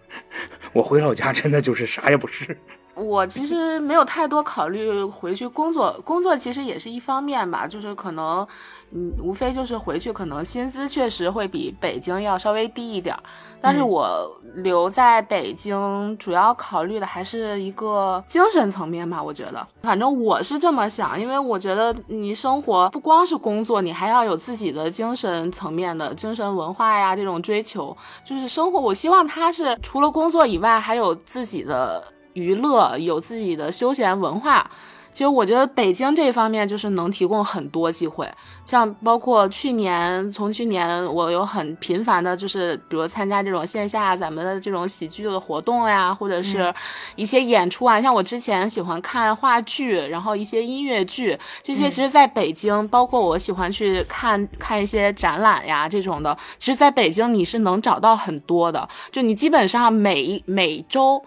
Speaker 4: 我回老家真的就是啥也不是。
Speaker 3: 我其实没有太多考虑回去工作，工作其实也是一方面吧，就是可能，嗯，无非就是回去可能薪资确实会比北京要稍微低一点儿，但是我留在北京主要考虑的还是一个精神层面吧，我觉得，反正我是这么想，因为我觉得你生活不光是工作，你还要有自己的精神层面的精神文化呀这种追求，就是生活，我希望他是除了工作以外，还有自己的娱乐，有自己的休闲文化。其实我觉得北京这方面就是能提供很多机会，像包括去年，从去年我有很频繁的，就是比如参加这种线下咱们的这种喜剧的活动呀，或者是一些演出啊。像我之前喜欢看话剧，然后一些音乐剧，这些其实在北京，包括我喜欢去看看一些展览呀这种的，其实在北京你是能找到很多的，就你基本上每一每周。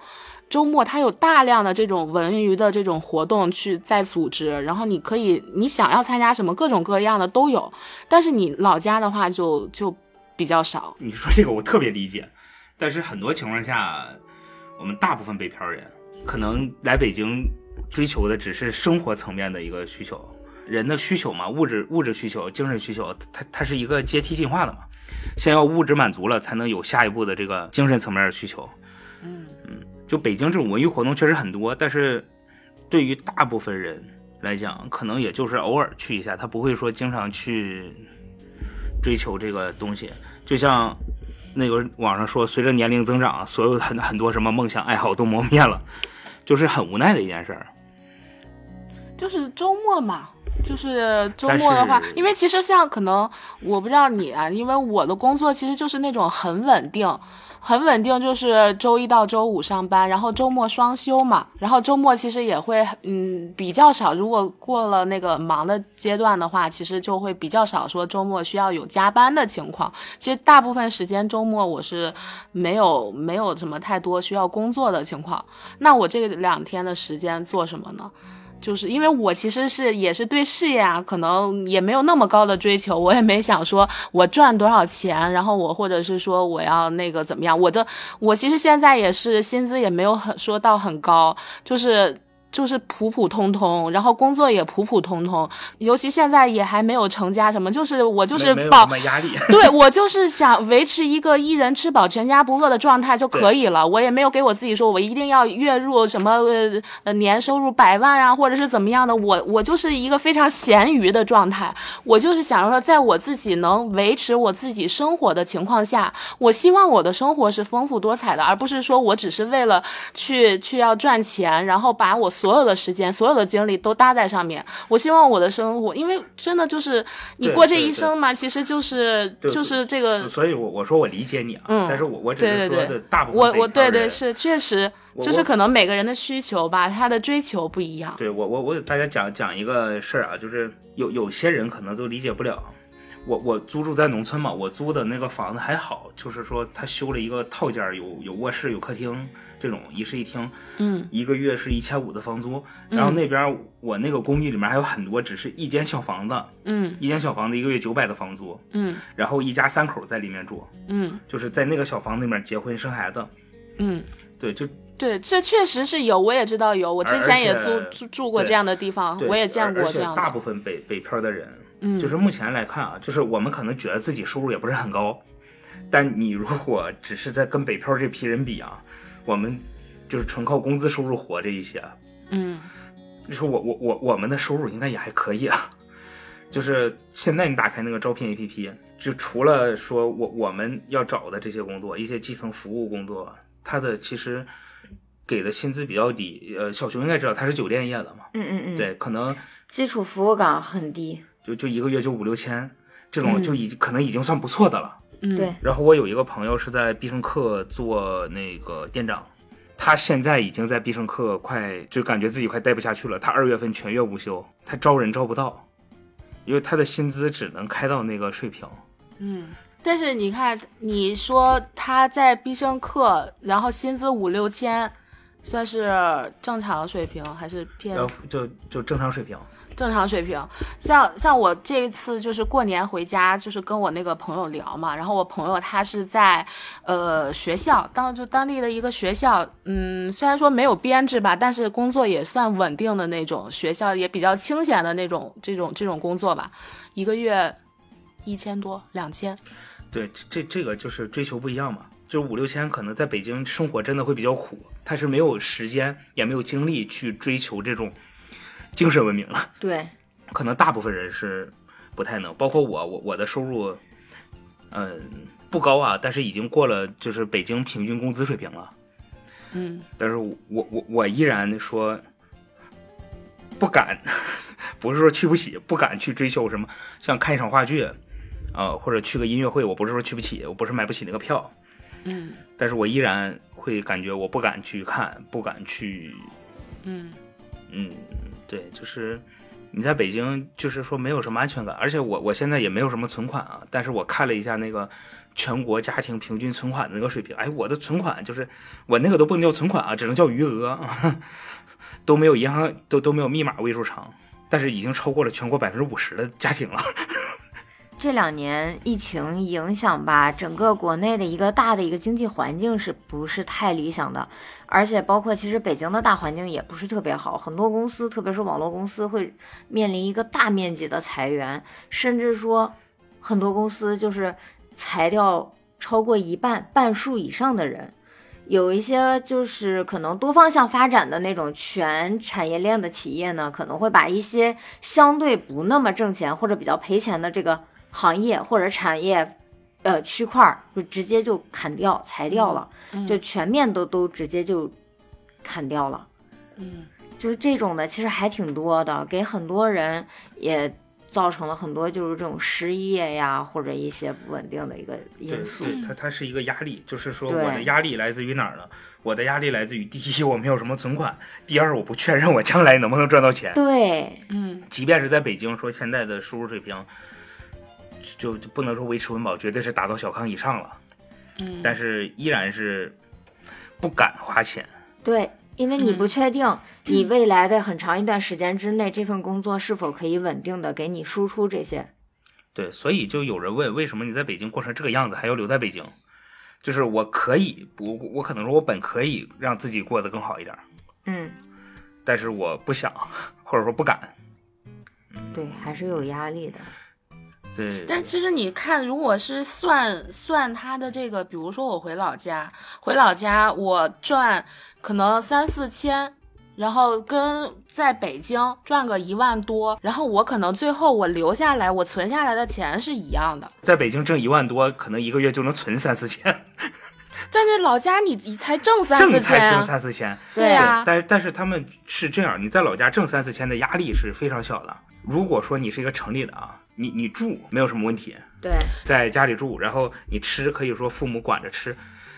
Speaker 3: 周末它有大量的这种文娱的这种活动去在组织，然后你可以你想要参加什么各种各样的都有，但是你老家的话就就比较少。
Speaker 4: 你说这个我特别理解，但是很多情况下，我们大部分北漂人可能来北京追求的只是生活层面的一个需求，人的需求嘛，物质物质需求、精神需求，它它是一个阶梯进化的嘛，先要物质满足了，才能有下一步的这个精神层面的需求。
Speaker 3: 嗯
Speaker 4: 就北京这种文娱活动确实很多，但是对于大部分人来讲，可能也就是偶尔去一下，他不会说经常去追求这个东西。就像那个网上说，随着年龄增长，所有的很很多什么梦想爱好都磨灭了，就是很无奈的一件事儿。
Speaker 3: 就是周末嘛，就是周末的话
Speaker 4: 但是，
Speaker 3: 因为其实像可能我不知道你啊，因为我的工作其实就是那种很稳定，很稳定，就是周一到周五上班，然后周末双休嘛，然后周末其实也会嗯比较少，如果过了那个忙的阶段的话，其实就会比较少说周末需要有加班的情况。其实大部分时间周末我是没有没有什么太多需要工作的情况。那我这两天的时间做什么呢？就是因为我其实是也是对事业啊，可能也没有那么高的追求，我也没想说我赚多少钱，然后我或者是说我要那个怎么样，我的我其实现在也是薪资也没有很说到很高，就是。就是普普通通，然后工作也普普通通，尤其现在也还没有成家什么，就是我就是
Speaker 4: 没没有
Speaker 3: 保
Speaker 4: 什么压力，
Speaker 3: 对我就是想维持一个一人吃饱全家不饿的状态就可以了。我也没有给我自己说我一定要月入什么呃呃年收入百万啊，或者是怎么样的。我我就是一个非常闲鱼的状态。我就是想说，在我自己能维持我自己生活的情况下，我希望我的生活是丰富多彩的，而不是说我只是为了去去要赚钱，然后把我所有的时间、所有的精力都搭在上面。我希望我的生活，因为真的就是你
Speaker 4: 对
Speaker 3: 过这
Speaker 4: 对
Speaker 3: 一
Speaker 4: 对
Speaker 3: 生嘛，其实就是
Speaker 4: 对
Speaker 3: 就是这个，
Speaker 4: 所以我我说我理解你啊，
Speaker 3: 嗯
Speaker 4: 但是我我只
Speaker 3: 对
Speaker 4: 是
Speaker 3: 对
Speaker 4: 说
Speaker 3: 对
Speaker 4: 的大部分
Speaker 3: 我
Speaker 4: 北
Speaker 3: 我
Speaker 4: 漂
Speaker 3: 对对
Speaker 4: 人
Speaker 3: 是确实，
Speaker 4: 我
Speaker 3: 就是
Speaker 4: 我
Speaker 3: 可能每个人的需求吧，他的追求不一样。
Speaker 4: 对我我我给大家讲讲一个事儿啊，就是有有些人可能都理解不了。我我租住在农村嘛，我租的那个房子还好，就是说他修了一个套间儿，有有卧室有客厅这种一室一厅，
Speaker 3: 嗯
Speaker 4: 一个月是一千五的房租。然后那边儿我那个公寓里面还有很多只是一间小房子，
Speaker 3: 嗯
Speaker 4: 一间小房子一个月九百的房租，
Speaker 3: 嗯
Speaker 4: 然后一家三口在里面住，
Speaker 3: 嗯
Speaker 4: 就是在那个小房子里面结婚生孩子。
Speaker 3: 嗯，
Speaker 4: 对，就
Speaker 3: 对，这确实是有，我也知道有，我之
Speaker 4: 而
Speaker 3: 前也
Speaker 4: 且
Speaker 3: 租住住过
Speaker 4: 对
Speaker 3: 这样的地方，
Speaker 4: 对
Speaker 3: 哦我也见
Speaker 4: 而
Speaker 3: 过
Speaker 4: 而且
Speaker 3: 这样
Speaker 4: 大部
Speaker 3: 的。
Speaker 4: 分北北漂的人，
Speaker 3: 嗯
Speaker 4: 就是目前来看啊，就是我们可能觉得自己收入也不是很高，但你如果只是在跟北漂这批人比啊，我们就是纯靠工资收入活着一些，啊
Speaker 3: 嗯
Speaker 4: 就是我我我我们的收入应该也还可以啊。就是现在你打开那个招聘 APP，就除了说我我们要找的这些工作，一些基层服务工作，它的其实给的薪资比较低。呃，小熊应该知道他是酒店业的嘛，
Speaker 2: 嗯嗯嗯，，
Speaker 4: 对，可能
Speaker 2: 基础服务岗很低，
Speaker 4: 就就一个月就五六千，这种就已经、可能已经算不错的了。
Speaker 3: 嗯，
Speaker 2: 对，
Speaker 4: 然后我有一个朋友是在必胜客做那个店长，他现在已经在必胜客快就感觉自己快待不下去了。他二月份全月无休，他招人招不到，因为他的薪资只能开到那个水平。
Speaker 3: 嗯。但是你看，你说他在必胜客，然后薪资五六千，算是正常水平还是偏
Speaker 4: 然后就就正常水平，
Speaker 3: 正常水平。像像我这一次就是过年回家，就是跟我那个朋友聊嘛，然后我朋友他是在呃学校当就当地的一个学校，嗯，虽然说没有编制吧，但是工作也算稳定的那种，学校也比较清闲的那种这种这种工作吧，一个月一千多两千，
Speaker 4: 对，这这这个就是追求不一样嘛。就是五六千，可能在北京生活真的会比较苦，他是没有时间也没有精力去追求这种精神文明了。
Speaker 2: 对，
Speaker 4: 可能大部分人是不太能，包括我，我我的收入，嗯、不高啊，但是已经过了就是北京平均工资水平了。
Speaker 3: 嗯
Speaker 4: 但是我我我依然说不敢， <laughs> 不是说去不起，不敢去追求什么，像看一场话剧，啊、或者去个音乐会，我不是说去不起，我不是买不起那个票，
Speaker 3: 嗯
Speaker 4: 但是我依然会感觉我不敢去看，不敢去
Speaker 3: 嗯
Speaker 4: 嗯，对，就是你在北京，就是说没有什么安全感，而且我我现在也没有什么存款啊，但是我看了一下那个全国家庭平均存款的那个水平，哎，我的存款就是我那个都不能叫存款啊，只能叫余额，啊 <laughs> 都没有银行都都没有密码位数长，但是已经超过了全国百分之五十的家庭了。
Speaker 2: 这两年疫情影响吧，整个国内的一个大的一个经济环境是不是太理想的？而且包括其实北京的大环境也不是特别好，很多公司，特别是网络公司会面临一个大面积的裁员，甚至说很多公司就是裁掉超过一半半数以上的人。有一些就是可能多方向发展的那种全产业链的企业呢，可能会把一些相对不那么挣钱或者比较赔钱的这个行业或者产业，呃区块儿就直接就砍掉裁掉了，就全面都都直接就砍掉了。
Speaker 3: 嗯，
Speaker 2: 就是这种的其实还挺多的，给很多人也造成了很多就是这种失业呀或者一些不稳定的一个因素。
Speaker 4: 对它它是一个压力，就是说
Speaker 2: 对
Speaker 4: 我的压力来自于哪儿呢？我的压力来自于第一，我没有什么存款；第二，我不确认我将来能不能赚到钱。
Speaker 2: 对，
Speaker 3: 嗯，
Speaker 4: 即便是在北京，说现在的收入水平，就就不能说维持温饱，绝对是达到小康以上了。嗯，但是依然是不敢花钱。
Speaker 2: 对，因为你
Speaker 3: 嗯
Speaker 2: 不确定你未来的很长一段时间之内，这份工作是否可以稳定的给你输出这些。
Speaker 4: 对，所以就有人问，为什么你在北京过成这个样子还要留在北京？就是我可以，我我可能说我本可以让自己过得更好一点儿，
Speaker 2: 嗯，
Speaker 4: 但是我不想，或者说不敢。
Speaker 2: 对，还是有压力的。
Speaker 4: 对，
Speaker 3: 但其实你看，如果是算算他的这个，比如说我回老家，回老家我赚可能三四千，然后跟在北京赚个一万多，然后我可能最后我留下来，我存下来的钱是一样的。
Speaker 4: 在北京挣一万多，可能一个月就能存三四千，
Speaker 3: 但是老家你你才挣三四
Speaker 4: 挣
Speaker 3: 千
Speaker 4: 才挣
Speaker 3: 啊，
Speaker 4: 三四千。
Speaker 3: 对啊呀、
Speaker 4: 但但是他们是这样，你在老家挣三四千的压力是非常小的。如果说你是一个城里的啊，你你住没有什么问题，
Speaker 2: 对，
Speaker 3: <laughs>
Speaker 4: 在家里住，然后你吃可以说父母管着吃，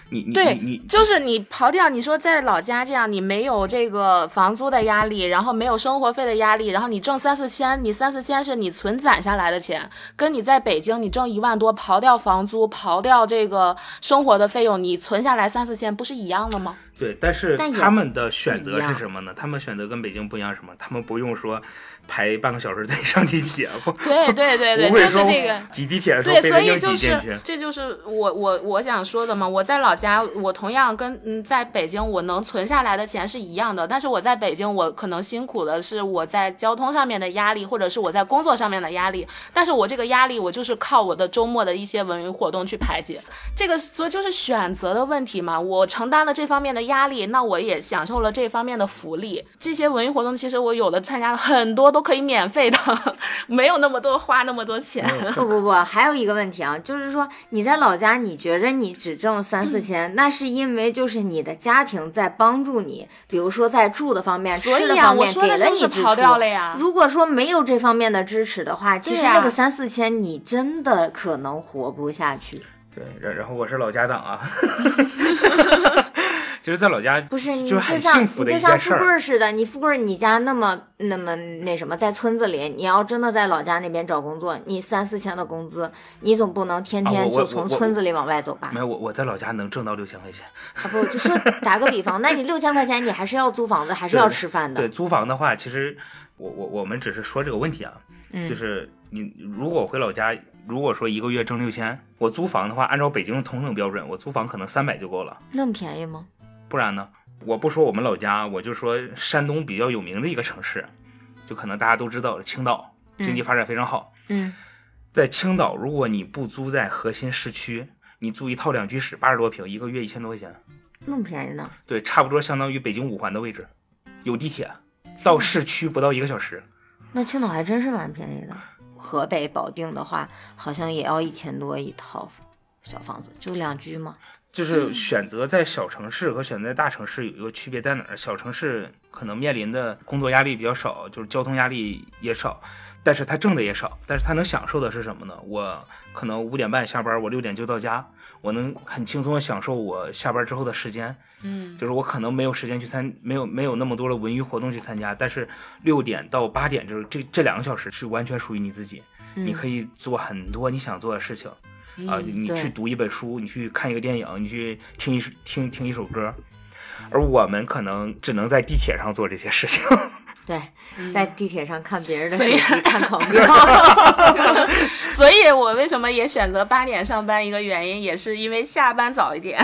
Speaker 4: 你你
Speaker 3: 对，
Speaker 4: 你你
Speaker 3: 就是你刨掉你说在老家这样，你没有这个房租的压力，然后没有生活费的压力，然后你挣三四千，你三四千是你存攒下来的钱，跟你在北京你挣一万多，刨掉房租，刨掉这个生活的费用，你存下来三四千不是一样的吗？
Speaker 4: 对，但是
Speaker 2: 但也
Speaker 4: 他们的选
Speaker 2: 不
Speaker 4: 择
Speaker 2: 一样
Speaker 4: 是什么呢？他们选择跟北京不一样，什么？他们不用说排半个小时再上地铁，不
Speaker 3: 对对对对，
Speaker 4: 不会
Speaker 3: 就是
Speaker 4: 说
Speaker 3: 这个。
Speaker 4: 挤地铁的时候
Speaker 3: 对，
Speaker 4: 被
Speaker 3: 所
Speaker 4: 人
Speaker 3: 以
Speaker 4: 硬
Speaker 3: 就
Speaker 4: 挤进
Speaker 3: 是
Speaker 4: 去。
Speaker 3: 这就是我我我想说的嘛。我在老家，我同样跟嗯在北京，我能存下来的钱是一样的，但是我在北京，我可能辛苦的是我在交通上面的压力，或者是我在工作上面的压力。但是我这个压力，我就是靠我的周末的一些文娱活动去排解。这个所以就是选择的问题嘛。我承担了这方面的压力，那我也享受了这方面的福利。这些文娱活动，其实我有的参加了很多都可以免费的， <laughs> 没有那么多花那么多钱。
Speaker 2: <laughs>
Speaker 4: <laughs>
Speaker 2: 不不不，还有一个问题啊，就是说你在老家，你觉着你只挣三
Speaker 3: 嗯
Speaker 2: 四千，那是因为就是你的家庭在帮助你，比如说在住的方面、
Speaker 3: 所以
Speaker 2: 吃的
Speaker 3: 呀
Speaker 2: 方
Speaker 3: 我
Speaker 2: 面
Speaker 3: 说的
Speaker 2: 给了
Speaker 3: 是不
Speaker 2: 你
Speaker 3: 是
Speaker 2: 支
Speaker 3: 刨
Speaker 2: 出
Speaker 3: 掉了呀
Speaker 2: 如果说没有这方面的支持的话，其实
Speaker 3: 对呀
Speaker 2: 那个三四千你真的可能活不下去。
Speaker 4: 对，然然后我是老家党啊， <laughs> 其实，在老家
Speaker 2: 不是你
Speaker 4: 就
Speaker 2: 就是
Speaker 4: 很
Speaker 2: 像
Speaker 4: 幸福
Speaker 2: 你
Speaker 4: 的
Speaker 2: 就
Speaker 4: 一
Speaker 2: 像
Speaker 4: 件
Speaker 2: 富
Speaker 4: 事
Speaker 2: 贵
Speaker 4: 儿。
Speaker 2: 儿似的，你富贵儿你家那么那么那什么，在村子里，你要真的在老家那边找工作，你三四千的工资，你总不能天
Speaker 4: 啊
Speaker 2: 天
Speaker 4: 我我
Speaker 2: 就从
Speaker 4: 我
Speaker 2: 村子里往外走吧？
Speaker 4: 没有我，我在老家能挣到六千块钱。
Speaker 2: 啊不，就
Speaker 4: <laughs>
Speaker 2: 说打个比方，那你六千块钱，你还是要租房子，还是要吃饭
Speaker 4: 对，
Speaker 2: 的。
Speaker 4: 租房的话，其实我我我们只是说这个问题啊，
Speaker 2: 嗯
Speaker 4: 就是你如果回老家，如果说一个月挣六千，我租房的话，按照北京的同等标准，我租房可能三百就够了。
Speaker 2: 那么便宜吗？
Speaker 4: 不然呢？我不说我们老家，我就说山东比较有名的一个城市，就可能大家都知道青岛，经济发展非常好。
Speaker 2: 嗯，
Speaker 4: 在青岛，如果你不租在核心市区，你租一套两居室，八十多平，一个月一千多块钱，
Speaker 2: 那么便宜呢？
Speaker 4: 对，差不多相当于北京五环的位置，有地铁，到市区不到一个小时。
Speaker 2: 那青岛还真是蛮便宜的。河北保定的话，好像也要一千多一套小房子，就两居嘛。
Speaker 4: 就是选择在小城市和选择在大城市有一个区别在哪儿？小城市可能面临的工作压力比较少，就是交通压力也少，但是他挣的也少，但是他能享受的是什么呢？我可能五点半下班，我六点就到家，我能很轻松的享受我下班之后的时间。嗯，就是我可能没有时间去参，没有没有那么多的文娱活动去参加，但是六点到八点就是这这两个小时是完全属于你自己，
Speaker 2: 嗯
Speaker 4: 你可以做很多你想做的事情。啊，你
Speaker 2: 对
Speaker 4: 去读一本书，你去看一个电影，你去听一首听听一首歌，而我们可能只能在地铁上做这些事情。 <laughs>
Speaker 2: 对，在地铁上看别人的手
Speaker 3: 所以
Speaker 2: 机，看广告， <laughs>
Speaker 3: <laughs> 所以我为什么也选择八点上班，一个原因也是因为下班早
Speaker 4: <laughs>
Speaker 3: 一点，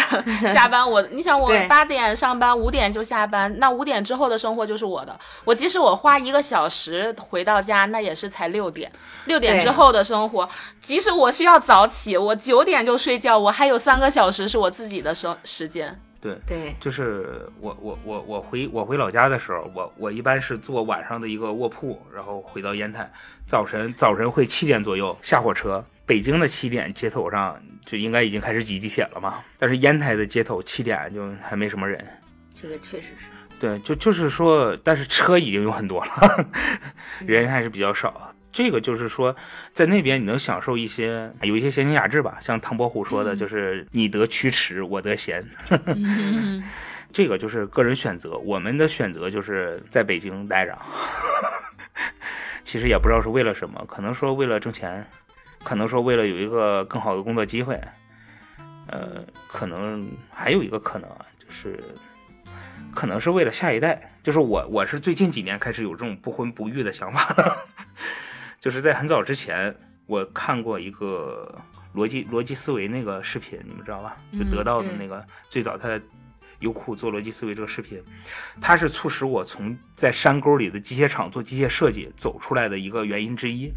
Speaker 3: 下班我，你想我
Speaker 2: 对
Speaker 3: 八点上班，五点就下班，那五点之后的生活就是我的。我即使我花一个小时回到家，那也是才六点，六点
Speaker 2: 对
Speaker 3: 之后的生活，即使我需要早起，我九点就睡觉，我还有三个小时是我自己的生
Speaker 4: <laughs>
Speaker 3: 时间。
Speaker 4: 对，
Speaker 2: 对， <laughs>
Speaker 4: 就是我我我我回我回老家的时候，我我一般是坐晚上的一个卧铺，然后回到烟台，早晨早晨会七点左右下火车。北京的七点街头上就应该已经开始挤地铁了嘛，但是烟台的街头七点就还没什么人。
Speaker 2: 这个确实是，
Speaker 4: 对，就就是说，但是车已经有很多了，人还是比较少。这个就是说，在那边你能享受一些有一些闲情雅致吧，像唐伯虎说的，就是你得驱驰，我得闲。嗯这个就是个人选择，我们的选择就是在北京待着。 <laughs> 其实也不知道是为了什么，可能说为了挣钱，可能说为了有一个更好的工作机会，呃，可能还有一个可能啊，就是可能是为了下一代。就是我我是最近几年开始有这种不婚不育的想法的，就是在很早之前我看过一个逻辑逻辑思维那个视频，你们知道吧？就得到的那个、最早他。优酷做逻辑思维这个视频，它是促使我从在山沟里的机械厂做机械设计走出来的一个原因之一。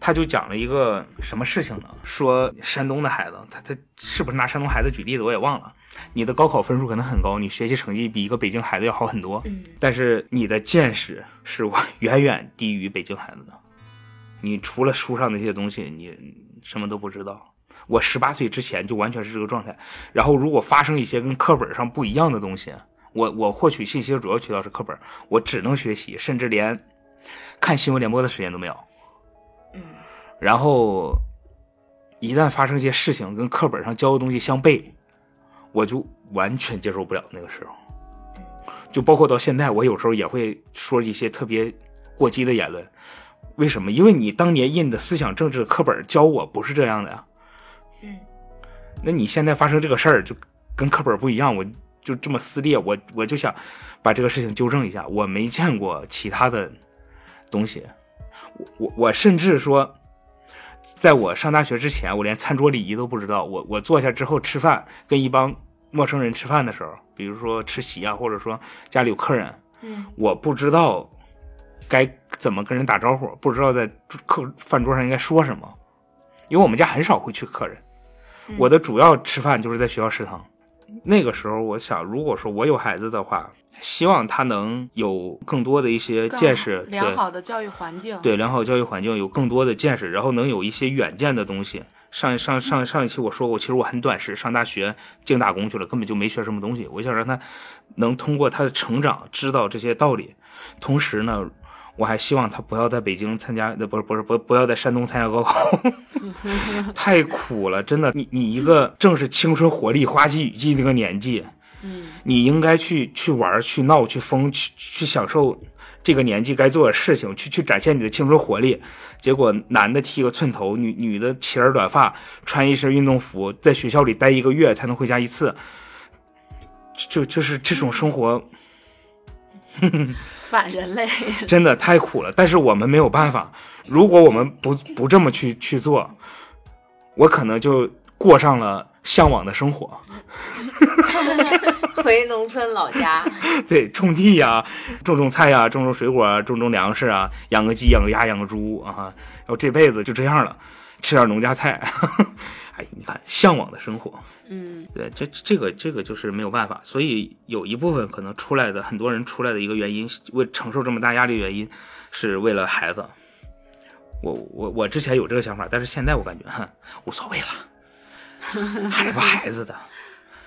Speaker 4: 他就讲了一个什么事情呢？说山东的孩子，他他是不是拿山东孩子举例子，我也忘了。你的高考分数可能很高，你学习成绩比一个北京孩子要好很多，但是你的见识是我远远低于北京孩子的。你除了书上那些东西，你什么都不知道。我十八岁之前就完全是这个状态，然后如果发生一些跟课本上不一样的东西，我我获取信息的主要渠道是课本，我只能学习，甚至连看新闻联播的时间都没有。然后一旦发生一些事情跟课本上教的东西相悖，我就完全接受不了那个时候。就包括到现在，我有时候也会说一些特别过激的言论。为什么？因为你当年印的思想政治的课本教我不是这样的呀。嗯。那你现在发生这个事儿，就跟课本不一样，我就这么撕裂，我我就想把这个事情纠正一下。我没见过其他的东西，我我我甚至说，在我上大学之前，我连餐桌礼仪都不知道。我我坐下之后吃饭，跟一帮陌生人吃饭的时候，比如说吃席啊，或者说家里有客人，嗯，我不知道该怎么跟人打招呼，不知道在桌客饭桌上应该说什么，因为我们家很少会去客人。我的主要吃饭就是在学校食堂。那个时候，我想，如果说我有孩子的话，希望他能有更多的一些见识，对。
Speaker 3: 良好的教育环境，
Speaker 4: 对良好教育环境有更多的见识，然后能有一些远见的东西。上上上上一期我说过，其实我很短视，上大学净打工去了，根本就没学什么东西。我想让他能通过他的成长知道这些道理，同时呢，我还希望他不要在北京参加，呃不是不是不不要在山东参加高考，太苦了，真的。你你一个正是青春活力、花季雨季那个年纪，嗯，你应该去去玩儿、去闹、去疯、去去享受这个年纪该做的事情，去去展现你的青春活力。结果男的剃个寸头，女女的齐耳短发，穿一身运动服，在学校里待一个月才能回家一次，就就是这种生活
Speaker 3: 反人类。 <laughs>
Speaker 4: 真的太苦了。但是我们没有办法，如果我们不不这么去去做，我可能就过上了向往的生活。
Speaker 2: <laughs> 回农村老家，
Speaker 4: 对，种地呀、种种菜呀、种种水果啊、种种粮食啊，养个鸡、养个鸭、养个猪啊，然后这辈子就这样了，吃点农家菜。 <laughs> 哎，你看，向往的生活。
Speaker 3: 嗯，
Speaker 4: 对，这这个这个就是没有办法，所以有一部分可能出来的很多人出来的一个原因，为承受这么大压力的原因，是为了孩子。我我我之前有这个想法，但是现在我感觉哼无所谓了，孩不孩子的，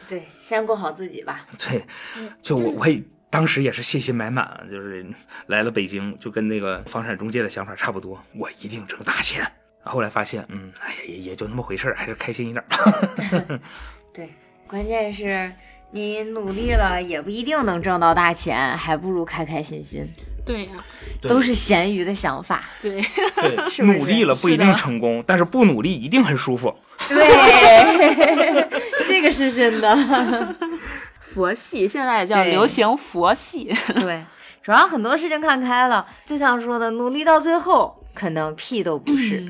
Speaker 2: 对， <laughs> 先过好自己吧。
Speaker 4: 对，
Speaker 2: 嗯
Speaker 4: 就我我也当时也是信心满满，就是来了北京，就跟那个房产中介的想法差不多，我一定挣大钱。后来发现，嗯，哎呀，也也就那么回事儿还是开心一点儿吧。
Speaker 2: 对，关键是你努力了也不一定能挣到大钱，还不如开开心心，
Speaker 3: 对呀、
Speaker 4: 对
Speaker 2: 都是咸鱼的想 <laughs> 法。
Speaker 3: 对， <laughs>
Speaker 4: 对，
Speaker 2: 是不
Speaker 4: <laughs>
Speaker 2: 是
Speaker 4: 努力了不
Speaker 3: 是
Speaker 4: 一定
Speaker 3: 的
Speaker 4: 成功，但是不努力一定很舒服。
Speaker 2: <laughs> 对，这个是真的。
Speaker 3: 佛系现在也叫
Speaker 2: 对
Speaker 3: 流行佛系。
Speaker 2: <laughs> 对，总让很多事情看开了。就像说的，努力到最后，可能屁都不是。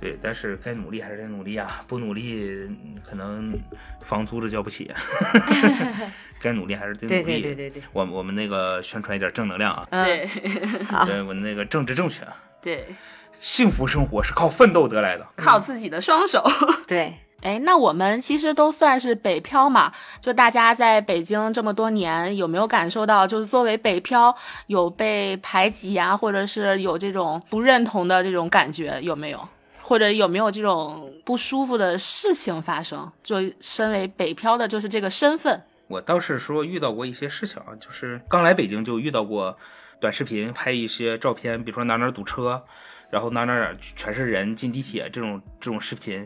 Speaker 4: 对，但是该努力还是得努力啊，不努力可能房租都交不
Speaker 2: <laughs>
Speaker 4: 起。 <laughs> 该努力还是得努
Speaker 2: 对
Speaker 4: 力。
Speaker 2: 对对对对，
Speaker 4: 我我们那个宣传一点正能量啊，
Speaker 2: 嗯，
Speaker 3: 对 <laughs>
Speaker 4: 对，我们那个政治正确啊，
Speaker 3: 对，
Speaker 4: 幸福生活是靠奋斗得来的。
Speaker 3: 靠自己的双手。
Speaker 2: 对，
Speaker 3: <laughs> 哎，那我们其实都算是北漂嘛，就大家在北京这么多年，有没有感受到，就是作为北漂有被排挤呀、或者是有这种不认同的这种感觉，有没有？或者有没有这种不舒服的事情发生？就身为北漂的，就是这个身份，
Speaker 4: 我倒是说遇到过一些事情啊，就是刚来北京就遇到过短视频拍一些照片，比如说哪哪儿堵车，然后哪哪儿哪儿全是人进地铁这种这种视频，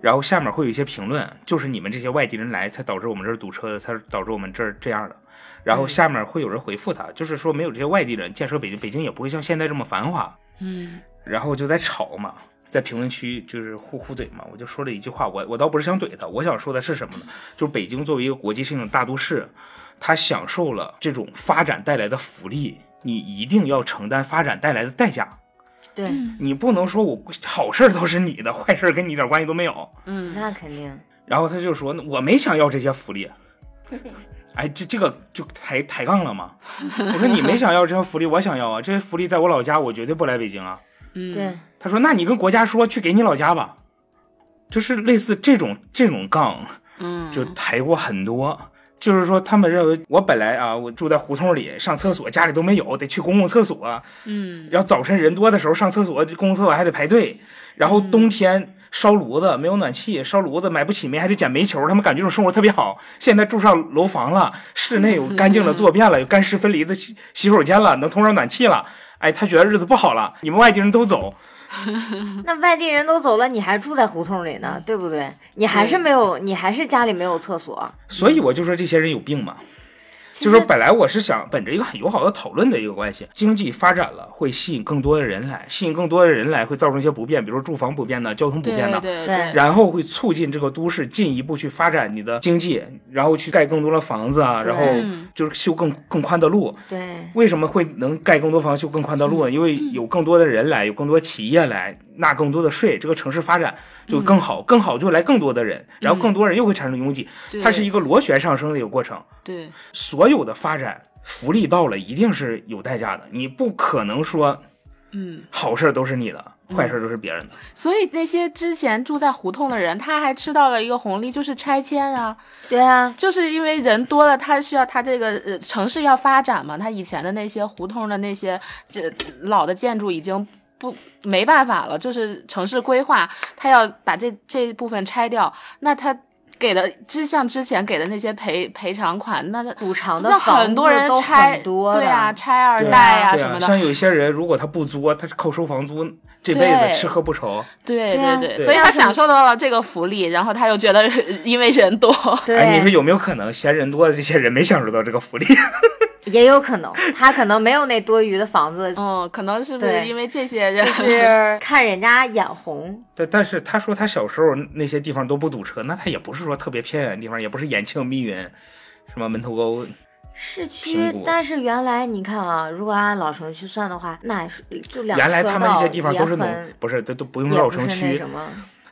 Speaker 4: 然后下面会有一些评论，就是你们这些外地人来才导致我们这儿堵车的，才导致我们这儿这样的。然后下面会有人回复他，就是说没有这些外地人，建设北京，北京也不会像现在这么繁华。
Speaker 3: 嗯，
Speaker 4: 然后就在吵嘛，在评论区就是互互怼嘛，我就说了一句话，我我倒不是想怼他，我想说的是什么呢？就是北京作为一个国际性的大都市，它享受了这种发展带来的福利，你一定要承担发展带来的代价，
Speaker 2: 对，
Speaker 4: 你不能说我好事儿都是你的，坏事儿跟你一点关系都没有。
Speaker 3: 嗯，
Speaker 2: 那肯定。
Speaker 4: 然后他就说我没想要这些福利。哎，这这个就抬抬杠了嘛？我说你没想要这些福利，我想要啊！这些福利在我老家，我绝对不来北京啊。
Speaker 3: 嗯
Speaker 2: 对，
Speaker 4: 他说：“那你跟国家说，去给你老家吧。”就是类似这种这种杠，
Speaker 3: 嗯，
Speaker 4: 就抬过很多。就是说，他们认为我本来啊，我住在胡同里，上厕所家里都没有，得去公共厕所。
Speaker 3: 嗯，
Speaker 4: 然后早晨人多的时候上厕所，公共厕所还得排队。然后
Speaker 3: 嗯
Speaker 4: 冬天烧炉子，没有暖气，烧炉子买不起煤，还得捡煤球。他们感觉这种生活特别好。现在住上楼房了，室内有干净的坐便了，有干湿分离的洗洗手间了，能通上暖气了。哎，他觉得日子不好了，你们外地人都走，
Speaker 3: <laughs>
Speaker 2: 那外地人都走了，你还住在胡同里呢，对不对？你还是没有，你还是家里没有厕所。
Speaker 4: 所以我就说这些人有病嘛。
Speaker 2: 嗯其
Speaker 4: 就
Speaker 2: 实
Speaker 4: 是本来我是想本着一个很友好的讨论的一个关系，经济发展了会吸引更多的人来，吸引更多的人来会造成一些不便，比如说住房不便呐，交通不
Speaker 3: 对
Speaker 4: 便呐，
Speaker 3: 对
Speaker 2: 对
Speaker 4: 然后会促进这个都市进一步去发展你的经济，然后去盖更多的房子啊，
Speaker 2: 对
Speaker 4: 然后就是修更更宽的路。
Speaker 2: 对，
Speaker 4: 为什么会能盖更多房、修更宽的路
Speaker 2: 嗯
Speaker 4: 呢？因为有更多的人来，有更多企业来纳更多的税，这个城市发展就
Speaker 2: 嗯
Speaker 4: 更好，更好就来更多的人，然后更多人又会产生拥挤，
Speaker 3: 对
Speaker 4: 它是一个螺旋上升的一个过程。
Speaker 3: 对
Speaker 4: 所有的发展福利到了，一定是有代价的。你不可能说
Speaker 3: 嗯。
Speaker 4: 好事儿都是你的，坏事儿都是别人的。
Speaker 3: 所以那些之前住在胡同的人，他还吃到了一个红利，就是拆迁啊，
Speaker 2: 对啊，
Speaker 3: 就是因为人多了，他需要他这个呃城市要发展嘛，他以前的那些胡同的那些呃建老的建筑已经不没办法了，就是城市规划，他要把这这一部分拆掉，那他。给的之像之前给的那些赔赔偿款，那
Speaker 2: 补偿的
Speaker 3: 那
Speaker 2: 房
Speaker 3: 很多
Speaker 2: 子
Speaker 3: 人
Speaker 2: 都
Speaker 3: 拆，
Speaker 2: 很多
Speaker 3: 对
Speaker 2: 的
Speaker 3: 啊，拆二
Speaker 4: 对啊
Speaker 3: 代
Speaker 4: 对
Speaker 3: 什么
Speaker 4: 啊，
Speaker 3: 的，
Speaker 4: 像有些人如果他不作，他是靠收房租，这辈
Speaker 3: 对
Speaker 4: 子吃喝不愁。
Speaker 3: 对
Speaker 2: 对啊
Speaker 3: 对
Speaker 4: 对
Speaker 3: 所以
Speaker 2: 那
Speaker 3: 他
Speaker 2: 是
Speaker 3: 享受到了这个福利，然后他又觉得因为人多，
Speaker 2: 对，
Speaker 4: 哎，你说有没有可能嫌人多的这些人没享受到这个福利？ <laughs>
Speaker 2: 也有可能，他可能没有那多余的房子，
Speaker 3: <laughs> 嗯，可能是不是啊
Speaker 2: 对
Speaker 3: 因为这些人？ <laughs>
Speaker 2: 就是看人家眼红。
Speaker 4: 但但是他说他小时候那些地方都不堵车，那他也不是说特别偏远的地方，也不是延庆、密云，什么门头沟，
Speaker 2: 市
Speaker 4: 苹
Speaker 2: 区
Speaker 4: 果，
Speaker 2: 但是原来你看啊，如果按老城区算的话，那是就两
Speaker 4: 原来他们那
Speaker 2: 车
Speaker 4: 些
Speaker 2: 道
Speaker 4: 地方都是
Speaker 2: 也
Speaker 4: 农
Speaker 2: 很，
Speaker 4: 不是都都不用
Speaker 2: 也
Speaker 4: 老
Speaker 2: 不
Speaker 4: 城
Speaker 2: 是那
Speaker 4: 区
Speaker 2: 什。么，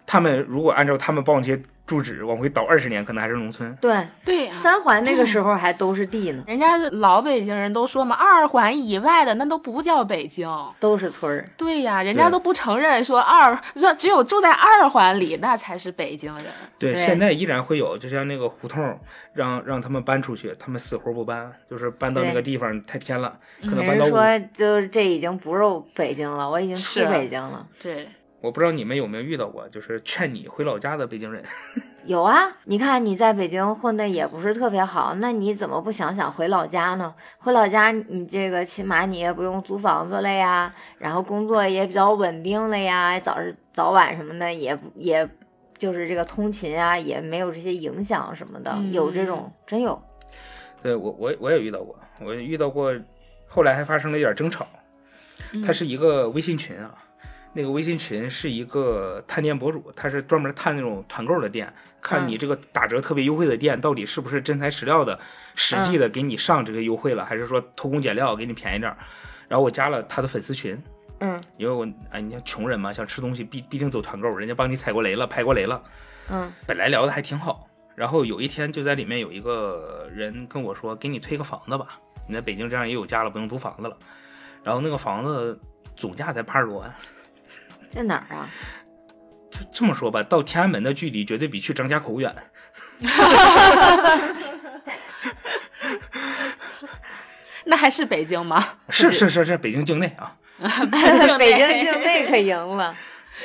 Speaker 4: 他们如果按照他们报那些住址往回倒二十年，可能还是农村。
Speaker 2: 对，
Speaker 3: 对啊呀、
Speaker 2: 三环那个时候还都是地呢，
Speaker 3: 人家老北京人都说嘛，二环以外的那都不叫北京。
Speaker 2: 都是村儿。
Speaker 3: 对呀、人家都不承认说二，说只有住在二环里那才是北京人。
Speaker 4: 对，
Speaker 2: 对
Speaker 4: 现在依然会有，就像那个胡同儿，让让他们搬出去，他们死活不搬，就是搬到那个
Speaker 2: 对
Speaker 4: 地方太偏了，可能搬
Speaker 2: 人
Speaker 4: 到
Speaker 2: 家
Speaker 4: 五。
Speaker 2: 说就是这已经不是北京了，我已经
Speaker 3: 是
Speaker 2: 出北京了。
Speaker 3: 对，
Speaker 4: 我不知道你们有没有遇到过，就是劝你回老家的北京人。
Speaker 2: 有啊，你看你在北京混的也不是特别好，那你怎么不想想回老家呢？回老家，你这个起码你也不用租房子了呀，然后工作也比较稳定了呀，早日早晚什么的也不也，就是这个通勤啊也没有这些影响什么的，
Speaker 3: 嗯
Speaker 2: 有这种真有。
Speaker 4: 对我，我我也遇到过，我也遇到过，后来还发生了一点争吵。它是一个微信群啊，那个微信群是一个探店博主，他是专门探那种团购的店，看你这个打折特别优惠的店到底是不是真材实料的，实际的给你上这个优惠了，还是说偷工减料给你便宜点儿。然后我加了他的粉丝群，
Speaker 2: 嗯，
Speaker 4: 因为我哎，你像穷人嘛，想吃东西必必定走团购，人家帮你踩过雷了，拍过雷了，
Speaker 2: 嗯，
Speaker 4: 本来聊的还挺好，然后有一天就在里面有一个人跟我说，给你推个房子吧，你在北京这样也有家了，不用租房子了，然后那个房子总价才八十多万。
Speaker 2: 在哪儿啊？
Speaker 4: 就这么说吧，到天安门的距离绝对比去张家口远。
Speaker 3: 那还是北京吗？
Speaker 4: <laughs> 是是是是，北京境内啊。
Speaker 3: <laughs>
Speaker 2: 北京境内可赢了，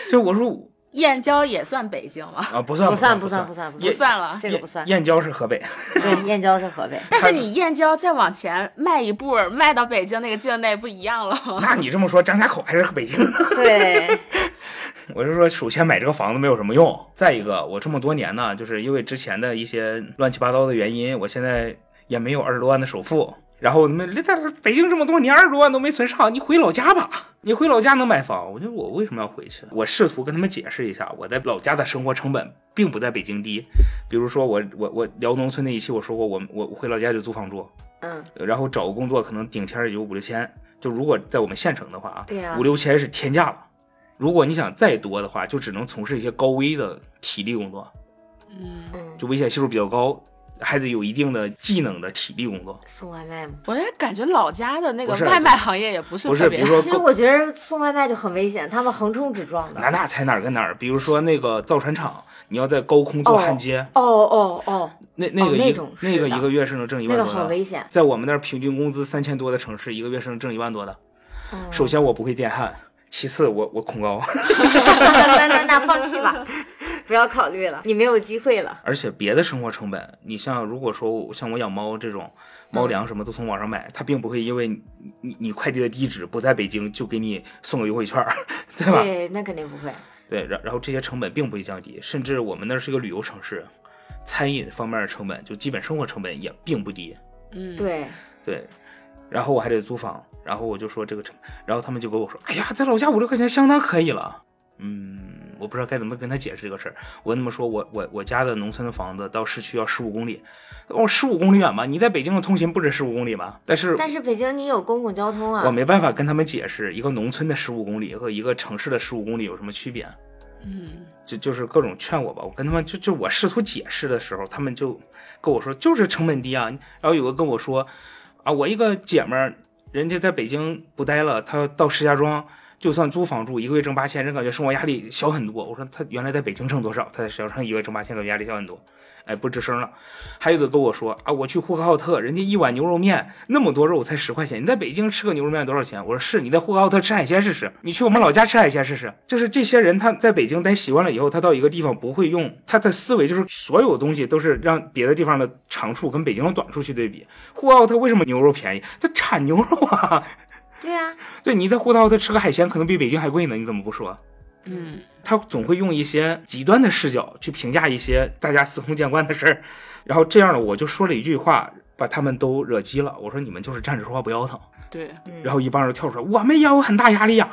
Speaker 4: 对，我说我
Speaker 3: 燕郊也算北京吗？
Speaker 4: 啊，不算算
Speaker 2: 不算不
Speaker 4: 算
Speaker 2: 算不算不
Speaker 3: 不
Speaker 4: 也
Speaker 2: 算，
Speaker 3: 算了。
Speaker 2: 这个不算。
Speaker 4: 燕郊是河北，
Speaker 2: 对，燕郊是河北，
Speaker 3: 但是你燕郊再往前迈一步，迈到北京那个境内不一样了吗？ <laughs>
Speaker 4: 那你这么说，张家口还是北京？ <laughs>
Speaker 2: 对，
Speaker 4: 我是说，首先买这个房子没有什么用，再一个，我这么多年呢，就是因为之前的一些乱七八糟的原因，我现在也没有二十多万的首付。然后我们在北京这么多年，二十多万都没存上，你回老家吧，你回老家能买房。我觉得我为什么要回去？我试图跟他们解释一下，我在老家的生活成本并不在北京低。比如说我我我聊农村那一期我说过，我我我回老家就租房住，
Speaker 2: 嗯，
Speaker 4: 然后找个工作可能顶天儿也就五六千，就如果在我们县城的话啊，
Speaker 2: 对呀
Speaker 4: 五六千是天价了。如果你想再多的话，就只能从事一些高危的体力工作，
Speaker 3: 嗯，
Speaker 2: 嗯，
Speaker 4: 就危险系数比较高，还得有一定的技能的体力工作。
Speaker 2: 送外卖嘛。
Speaker 3: 我也感觉老家的那个
Speaker 4: 不是
Speaker 3: 外卖行业也不是
Speaker 4: 不
Speaker 3: 特
Speaker 4: 是，
Speaker 3: 别
Speaker 4: 比如说
Speaker 2: 其实
Speaker 4: 高
Speaker 2: 我觉得送外卖就很危险，他们横冲直撞的。
Speaker 4: 那那才哪儿跟哪儿，比如说那个造船厂，你要在高空做
Speaker 2: 哦
Speaker 4: 焊接，
Speaker 2: 哦哦哦，
Speaker 4: 那那个
Speaker 2: 哦那
Speaker 4: 一、
Speaker 2: 种
Speaker 4: 那个
Speaker 2: 是的
Speaker 4: 一个月是能挣一
Speaker 2: 那
Speaker 4: 万
Speaker 2: 个
Speaker 4: 多啊
Speaker 2: 好
Speaker 4: 的，
Speaker 2: 危 <laughs> 险。
Speaker 4: 在我们那儿平均工资三千多的城市，一个月是能挣一万多的。
Speaker 2: 嗯
Speaker 4: 首先我不会电焊，其次我我恐高。
Speaker 2: 那那那放弃吧，不要考虑了，你没有机会了。
Speaker 4: 而且别的生活成本，你像如果说我像我养猫这种，猫粮什么都从网上买，它并不会因为你你你快递的地址不在北京就给你送个优惠券儿，对吧？
Speaker 2: 对，那肯定不会。
Speaker 4: 对，然然后这些成本并不会降低，甚至我们那儿是一个旅游城市，餐饮方面的成本就基本生活成本也并不低，
Speaker 3: 嗯，
Speaker 2: 对，
Speaker 4: 对。然后我还得租房，然后我就说这个成，然后他们就跟我说，哎呀，在老家五六块钱相当可以了。嗯，我不知道该怎么跟他解释这个事儿。我跟他们说，我我我家的农村的房子到市区要十五公里，哦，十五公里远吗？你在北京的通勤不止十五公里吧？但是
Speaker 2: 但是北京你有公共交通啊。
Speaker 4: 我没办法跟他们解释一个农村的十五公里和一个城市的十五公里有什么区别。啊
Speaker 3: 嗯，
Speaker 4: 就就是各种劝我吧，我跟他们就就我试图解释的时候，他们就跟我说就是成本低啊。然后有个跟我说啊，我一个姐们儿，人家在北京不待了，她到石家庄，就算租房住，一个月挣八千，人感觉生活压力小很多。我说她原来在北京挣多少，她在石家庄一个月挣八千，感觉压力小很多。哎，不吱声了。还有的跟我说啊，我去呼和浩特，人家一碗牛肉面那么多肉才十块钱，你在北京吃个牛肉面多少钱？我说是，你在呼和浩特吃海鲜试试，你去我们老家吃海鲜试试。就是这些人他在北京待习惯了以后，他到一个地方不会用他的思维，就是所有东西都是让别的地方的长处跟北京的短处去对比。呼和浩特为什么牛肉便宜？它产牛肉啊。 <laughs>
Speaker 2: 对啊，
Speaker 4: 对，你在呼和浩特吃个海鲜可能比北京还贵呢，你怎么不说？
Speaker 3: 嗯，
Speaker 4: 他总会用一些极端的视角去评价一些大家司空见惯的事儿，然后这样呢，我就说了一句话，把他们都惹急了。我说你们就是站着说话不腰疼。
Speaker 3: 对，
Speaker 4: 然后一帮人跳出来，我们也有很大压力呀、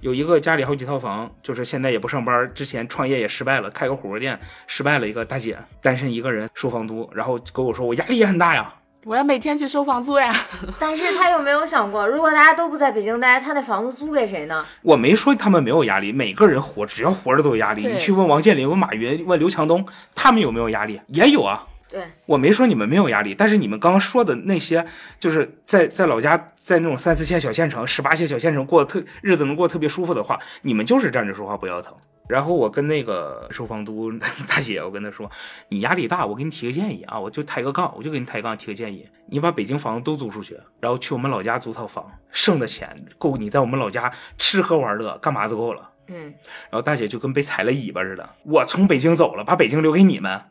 Speaker 4: 有一个家里好几套房，就是现在也不上班，之前创业也失败了，开个火锅店失败了。一个大姐单身一个人收房租，然后跟我说我压力也很大呀。
Speaker 3: 我要每天去收房租呀。 <laughs>
Speaker 2: 但是他有没有想过，如果大家都不在北京待，他那房子租给谁呢？
Speaker 4: 我没说他们没有压力，每个人活只要活着都有压力。
Speaker 3: 对
Speaker 4: 你去问王健林、问马云、问刘强东，他们有没有压力？也有啊。
Speaker 2: 对，
Speaker 4: 我没说你们没有压力，但是你们刚刚说的那些，就是在在老家，在那种三四线小县城、十八线小县城过得特日子能过得特别舒服的话，你们就是站着说话不腰疼。然后我跟那个收房租大姐，我跟她说，你压力大，我给你提个建议啊，我就抬个杠，我就给你抬杠提个建议，你把北京房子都租出去，然后去我们老家租套房，剩的钱够你在我们老家吃喝玩乐，干嘛都够了。
Speaker 2: 嗯，
Speaker 4: 然后大姐就跟被踩了尾巴似的，我从北京走了，把北京留给你们。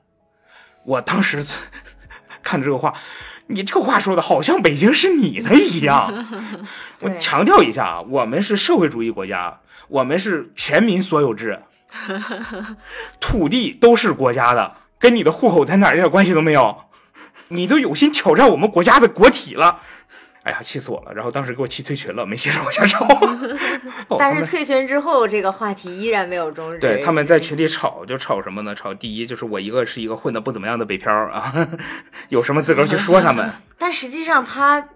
Speaker 4: 我当时 <laughs> 看着这个话，你这个话说的好像北京是你的一
Speaker 2: <laughs>
Speaker 4: 样。我
Speaker 2: 对
Speaker 4: 强调一下啊，我们是社会主义国家，我们是全民所有
Speaker 2: <laughs>
Speaker 4: 制，土地都是国家的，跟你的户口在哪儿一点关系都没有。你都有心挑战我们国家的国体了。哎呀，气死我了！然后当时给我气退群了，没写着往下
Speaker 2: <laughs>
Speaker 4: 找。哦
Speaker 2: 但
Speaker 4: 他
Speaker 2: 是
Speaker 4: 们
Speaker 2: 退群之后，这个话题依然没有终止。
Speaker 4: 对，他们在群里
Speaker 2: 嗯
Speaker 4: 吵，就吵什么呢？吵第一就是我一个是一个混的不怎么样的北漂啊， <laughs> 有什么资格去说他们？
Speaker 2: 但实际上他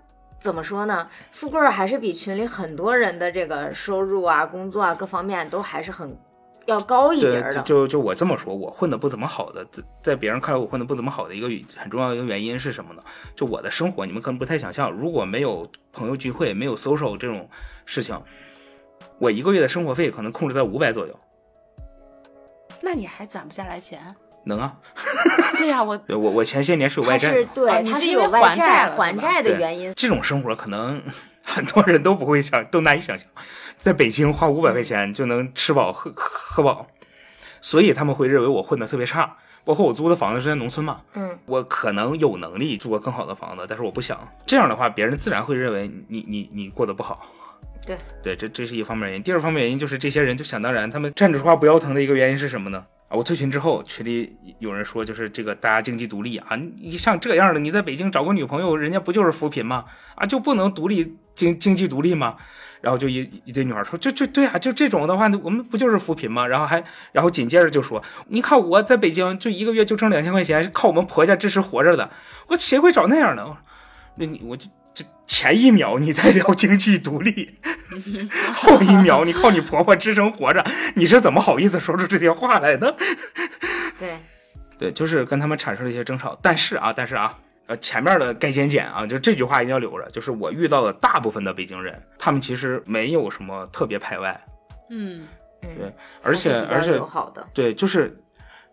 Speaker 2: 怎么说呢？富贵儿还是比群里很多人的这个收入啊、工作啊各方面都还是很要 <laughs> 高一截
Speaker 4: 对
Speaker 2: 儿，的。
Speaker 4: 就就我这么说，我混的不怎么好的，在在别人看来我混的不怎么好的一个很重要的一个原因是什么呢？就我的生活，你们可能不太想象，如果没有朋友聚会，没有 social 这种事情，我一个月的生活费可能控制在五百左右，
Speaker 3: 那你还攒不下来钱？
Speaker 4: 能啊？
Speaker 3: 对呀、我
Speaker 4: 对我我前些年是有外
Speaker 2: 他
Speaker 4: 债
Speaker 2: 是
Speaker 4: 的，
Speaker 2: 对、
Speaker 3: 哦你
Speaker 2: 他
Speaker 3: 是
Speaker 2: 是
Speaker 3: 因为
Speaker 2: 有外
Speaker 3: 还债
Speaker 2: 债
Speaker 3: 了
Speaker 2: 还
Speaker 3: 是吧
Speaker 2: 债的
Speaker 4: 对
Speaker 2: 原因。
Speaker 4: 这种生活可能很多人都不会想，都难以想象，在北京花五百块钱就能吃饱喝喝饱，所以他们会认为我混的特别差。包括我租的房子是在农村嘛，
Speaker 2: 嗯，
Speaker 4: 我可能有能力住个更好的房子，但是我不想。这样的话，别人自然会认为你你你过得不好。
Speaker 2: 对
Speaker 4: 对，这这是一方面原因。第二方面原因就是这些人就想当然，他们站着说话不腰疼的一个原因是什么呢？啊，我退群之后，群里有人说，就是这个大家经济独立啊，你像这样的，你在北京找个女朋友，人家不就是扶贫吗？啊，就不能独立经经济独立吗？然后就一一堆女孩说，就就对啊，就这种的话，我们不就是扶贫吗？然后还，然后紧接着就说，你看我在北京就一个月就挣两千块钱，是靠我们婆家支持活着的，我谁会找那样的？我那你我就就前一秒你在聊经济独立，后一秒你靠你婆婆支撑活着，你是怎么好意思说出这些话来的？
Speaker 2: 对，
Speaker 4: 对，就是跟他们产生了一些争吵。但是啊，但是啊，呃，前面的该减减啊，就这句话一定要留着。就是我遇到的大部分的北京人，他们其实没有什么特别排外，
Speaker 3: 嗯，
Speaker 2: 嗯
Speaker 4: 对，而且
Speaker 2: 还是比较
Speaker 4: 而且
Speaker 2: 友好的，
Speaker 4: 对，就是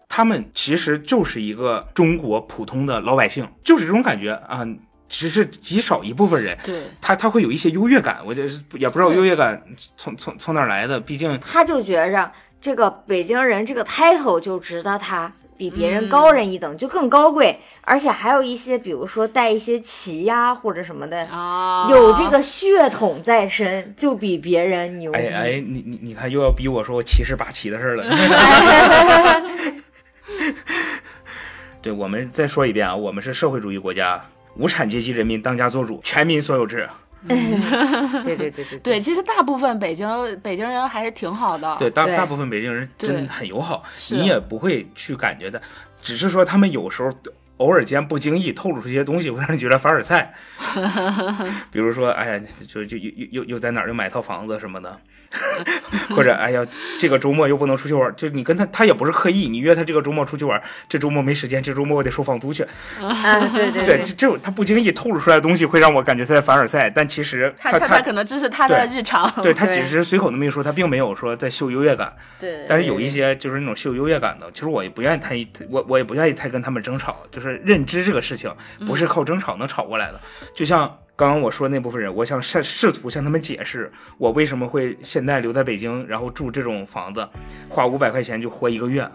Speaker 4: 他们其实就是一个中国普通的老百姓，就是这种感觉啊。只是极少一部分人，
Speaker 3: 对，
Speaker 4: 他他会有一些优越感，我就是也不知道
Speaker 3: 对
Speaker 4: 优越感从从从哪儿来的，毕竟
Speaker 2: 他就觉着这个北京人这个 title 就值得他。比别
Speaker 3: 嗯
Speaker 2: 人高人一等，就更高贵，而且还有一些，比如说带一些旗呀、或者什么的，
Speaker 3: 啊，
Speaker 2: 有这个血统在身，就比别人牛逼。
Speaker 4: 哎哎，你你你看又要逼我说我歧视八旗的事儿了。对，我们再说一遍啊，我们是社会主义国家，无产阶级人民当家作主，全民所有制。
Speaker 2: 对对对对
Speaker 3: <laughs>
Speaker 2: 对，
Speaker 3: 对，其实大部分北京北京人还是挺好的，
Speaker 4: 对，大
Speaker 2: 对
Speaker 4: 大部分北京人真
Speaker 3: 啊对
Speaker 4: 很友好，
Speaker 3: 是
Speaker 4: 你也不会去感觉的，只是说他们有时候偶尔间不经意透露出一些东西，会让你觉得凡尔
Speaker 3: <laughs>
Speaker 4: 赛。比如说，哎呀，就就又又又又在哪儿又买套房子什么的， <laughs> 或者哎呀，这个周末又不能出去玩儿，就你跟他他也不是刻意，你约他这个周末出去玩儿，这周末没时间，这周末我得收房租去。
Speaker 2: 啊
Speaker 4: <laughs>
Speaker 3: 嗯
Speaker 2: 对对
Speaker 4: 对，这这种他不经意透露出来的东西，会让我感觉他在凡尔赛，但其实
Speaker 3: 他他
Speaker 4: 他
Speaker 3: 可哦能这是他的
Speaker 4: 对
Speaker 3: 日常，
Speaker 4: 对他只
Speaker 2: 对
Speaker 4: 是随口那么一说，他并没有说在秀优越感。
Speaker 2: 对
Speaker 4: 但是有一些就是那种秀优越感的，其实我也不愿意太，我我也不愿意太跟他们争吵。就是认知这个事情，不是靠争吵能吵过来的。就像刚刚我说的那部分人，我想试试图向他们解释，我为什么会现在留在北京，然后住这种房子，花五百块钱就活一个月。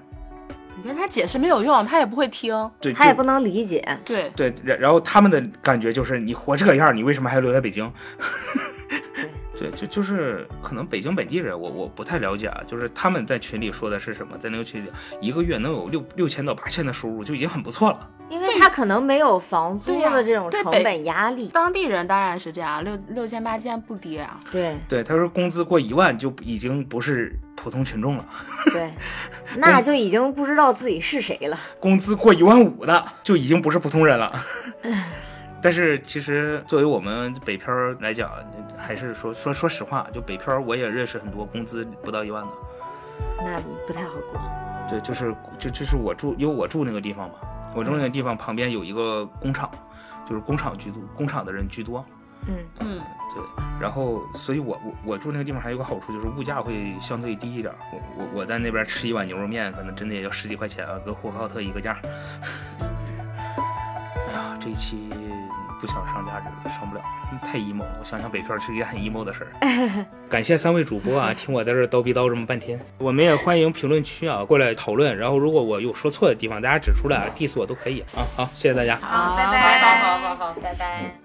Speaker 3: 你跟他解释没有用，他也不会听。
Speaker 4: 对，
Speaker 2: 他也
Speaker 4: 就
Speaker 2: 不能理解。
Speaker 3: 对，
Speaker 4: 对，然然后他们的感觉就是你活这个样儿，你为什么还要留在北京？ <laughs> 对，就就是可能北京本地人，我我不太了解啊，就是他们在群里说的是什么，在那个群里一个月能有六六千到八千的收入就已经很不错了。
Speaker 2: 因为他可能没有房租
Speaker 3: 对呀
Speaker 2: 的这种
Speaker 3: 对
Speaker 2: 成
Speaker 3: 北
Speaker 2: 本压力，
Speaker 3: 当地人当然是这样，六六千八千不低啊。
Speaker 2: 对
Speaker 4: 对，他说工资过一万就已经不是普通群众了， <laughs>
Speaker 2: 对，那就已经不知道自己是谁了。
Speaker 4: 工资过一万五的就已经不是普通人了。 <laughs> 但是其实作为我们北漂儿来讲，还是说说说实话，就北漂儿我也认识很多工资不到一万的。
Speaker 2: 那不太好过。
Speaker 4: 对，就是就就是我住，因为我住那个地方嘛，我住那个地方旁边有一个工厂，就是工厂居多，工厂的人居多。
Speaker 2: 嗯，
Speaker 3: 嗯，
Speaker 4: 对，然后所以我我我住那个地方还有个好处就是物价会相对低一点儿。我我我在那边吃一碗牛肉面，可能真的也就十几块钱啊，跟呼和浩特一个价儿。 <laughs> 哎呀，这一期不想上价值了，上不了，嗯太 emo 了。我想想北漂是一件很 emo 的事儿。感谢三位主播啊，听我在这儿叨逼叨这么半天。我们也欢迎评论区啊过来讨论，然后如果我有说错的地方，大家指出来啊，diss 我都可以啊。好，谢谢大家。
Speaker 3: 好，
Speaker 2: 好好好好，拜拜。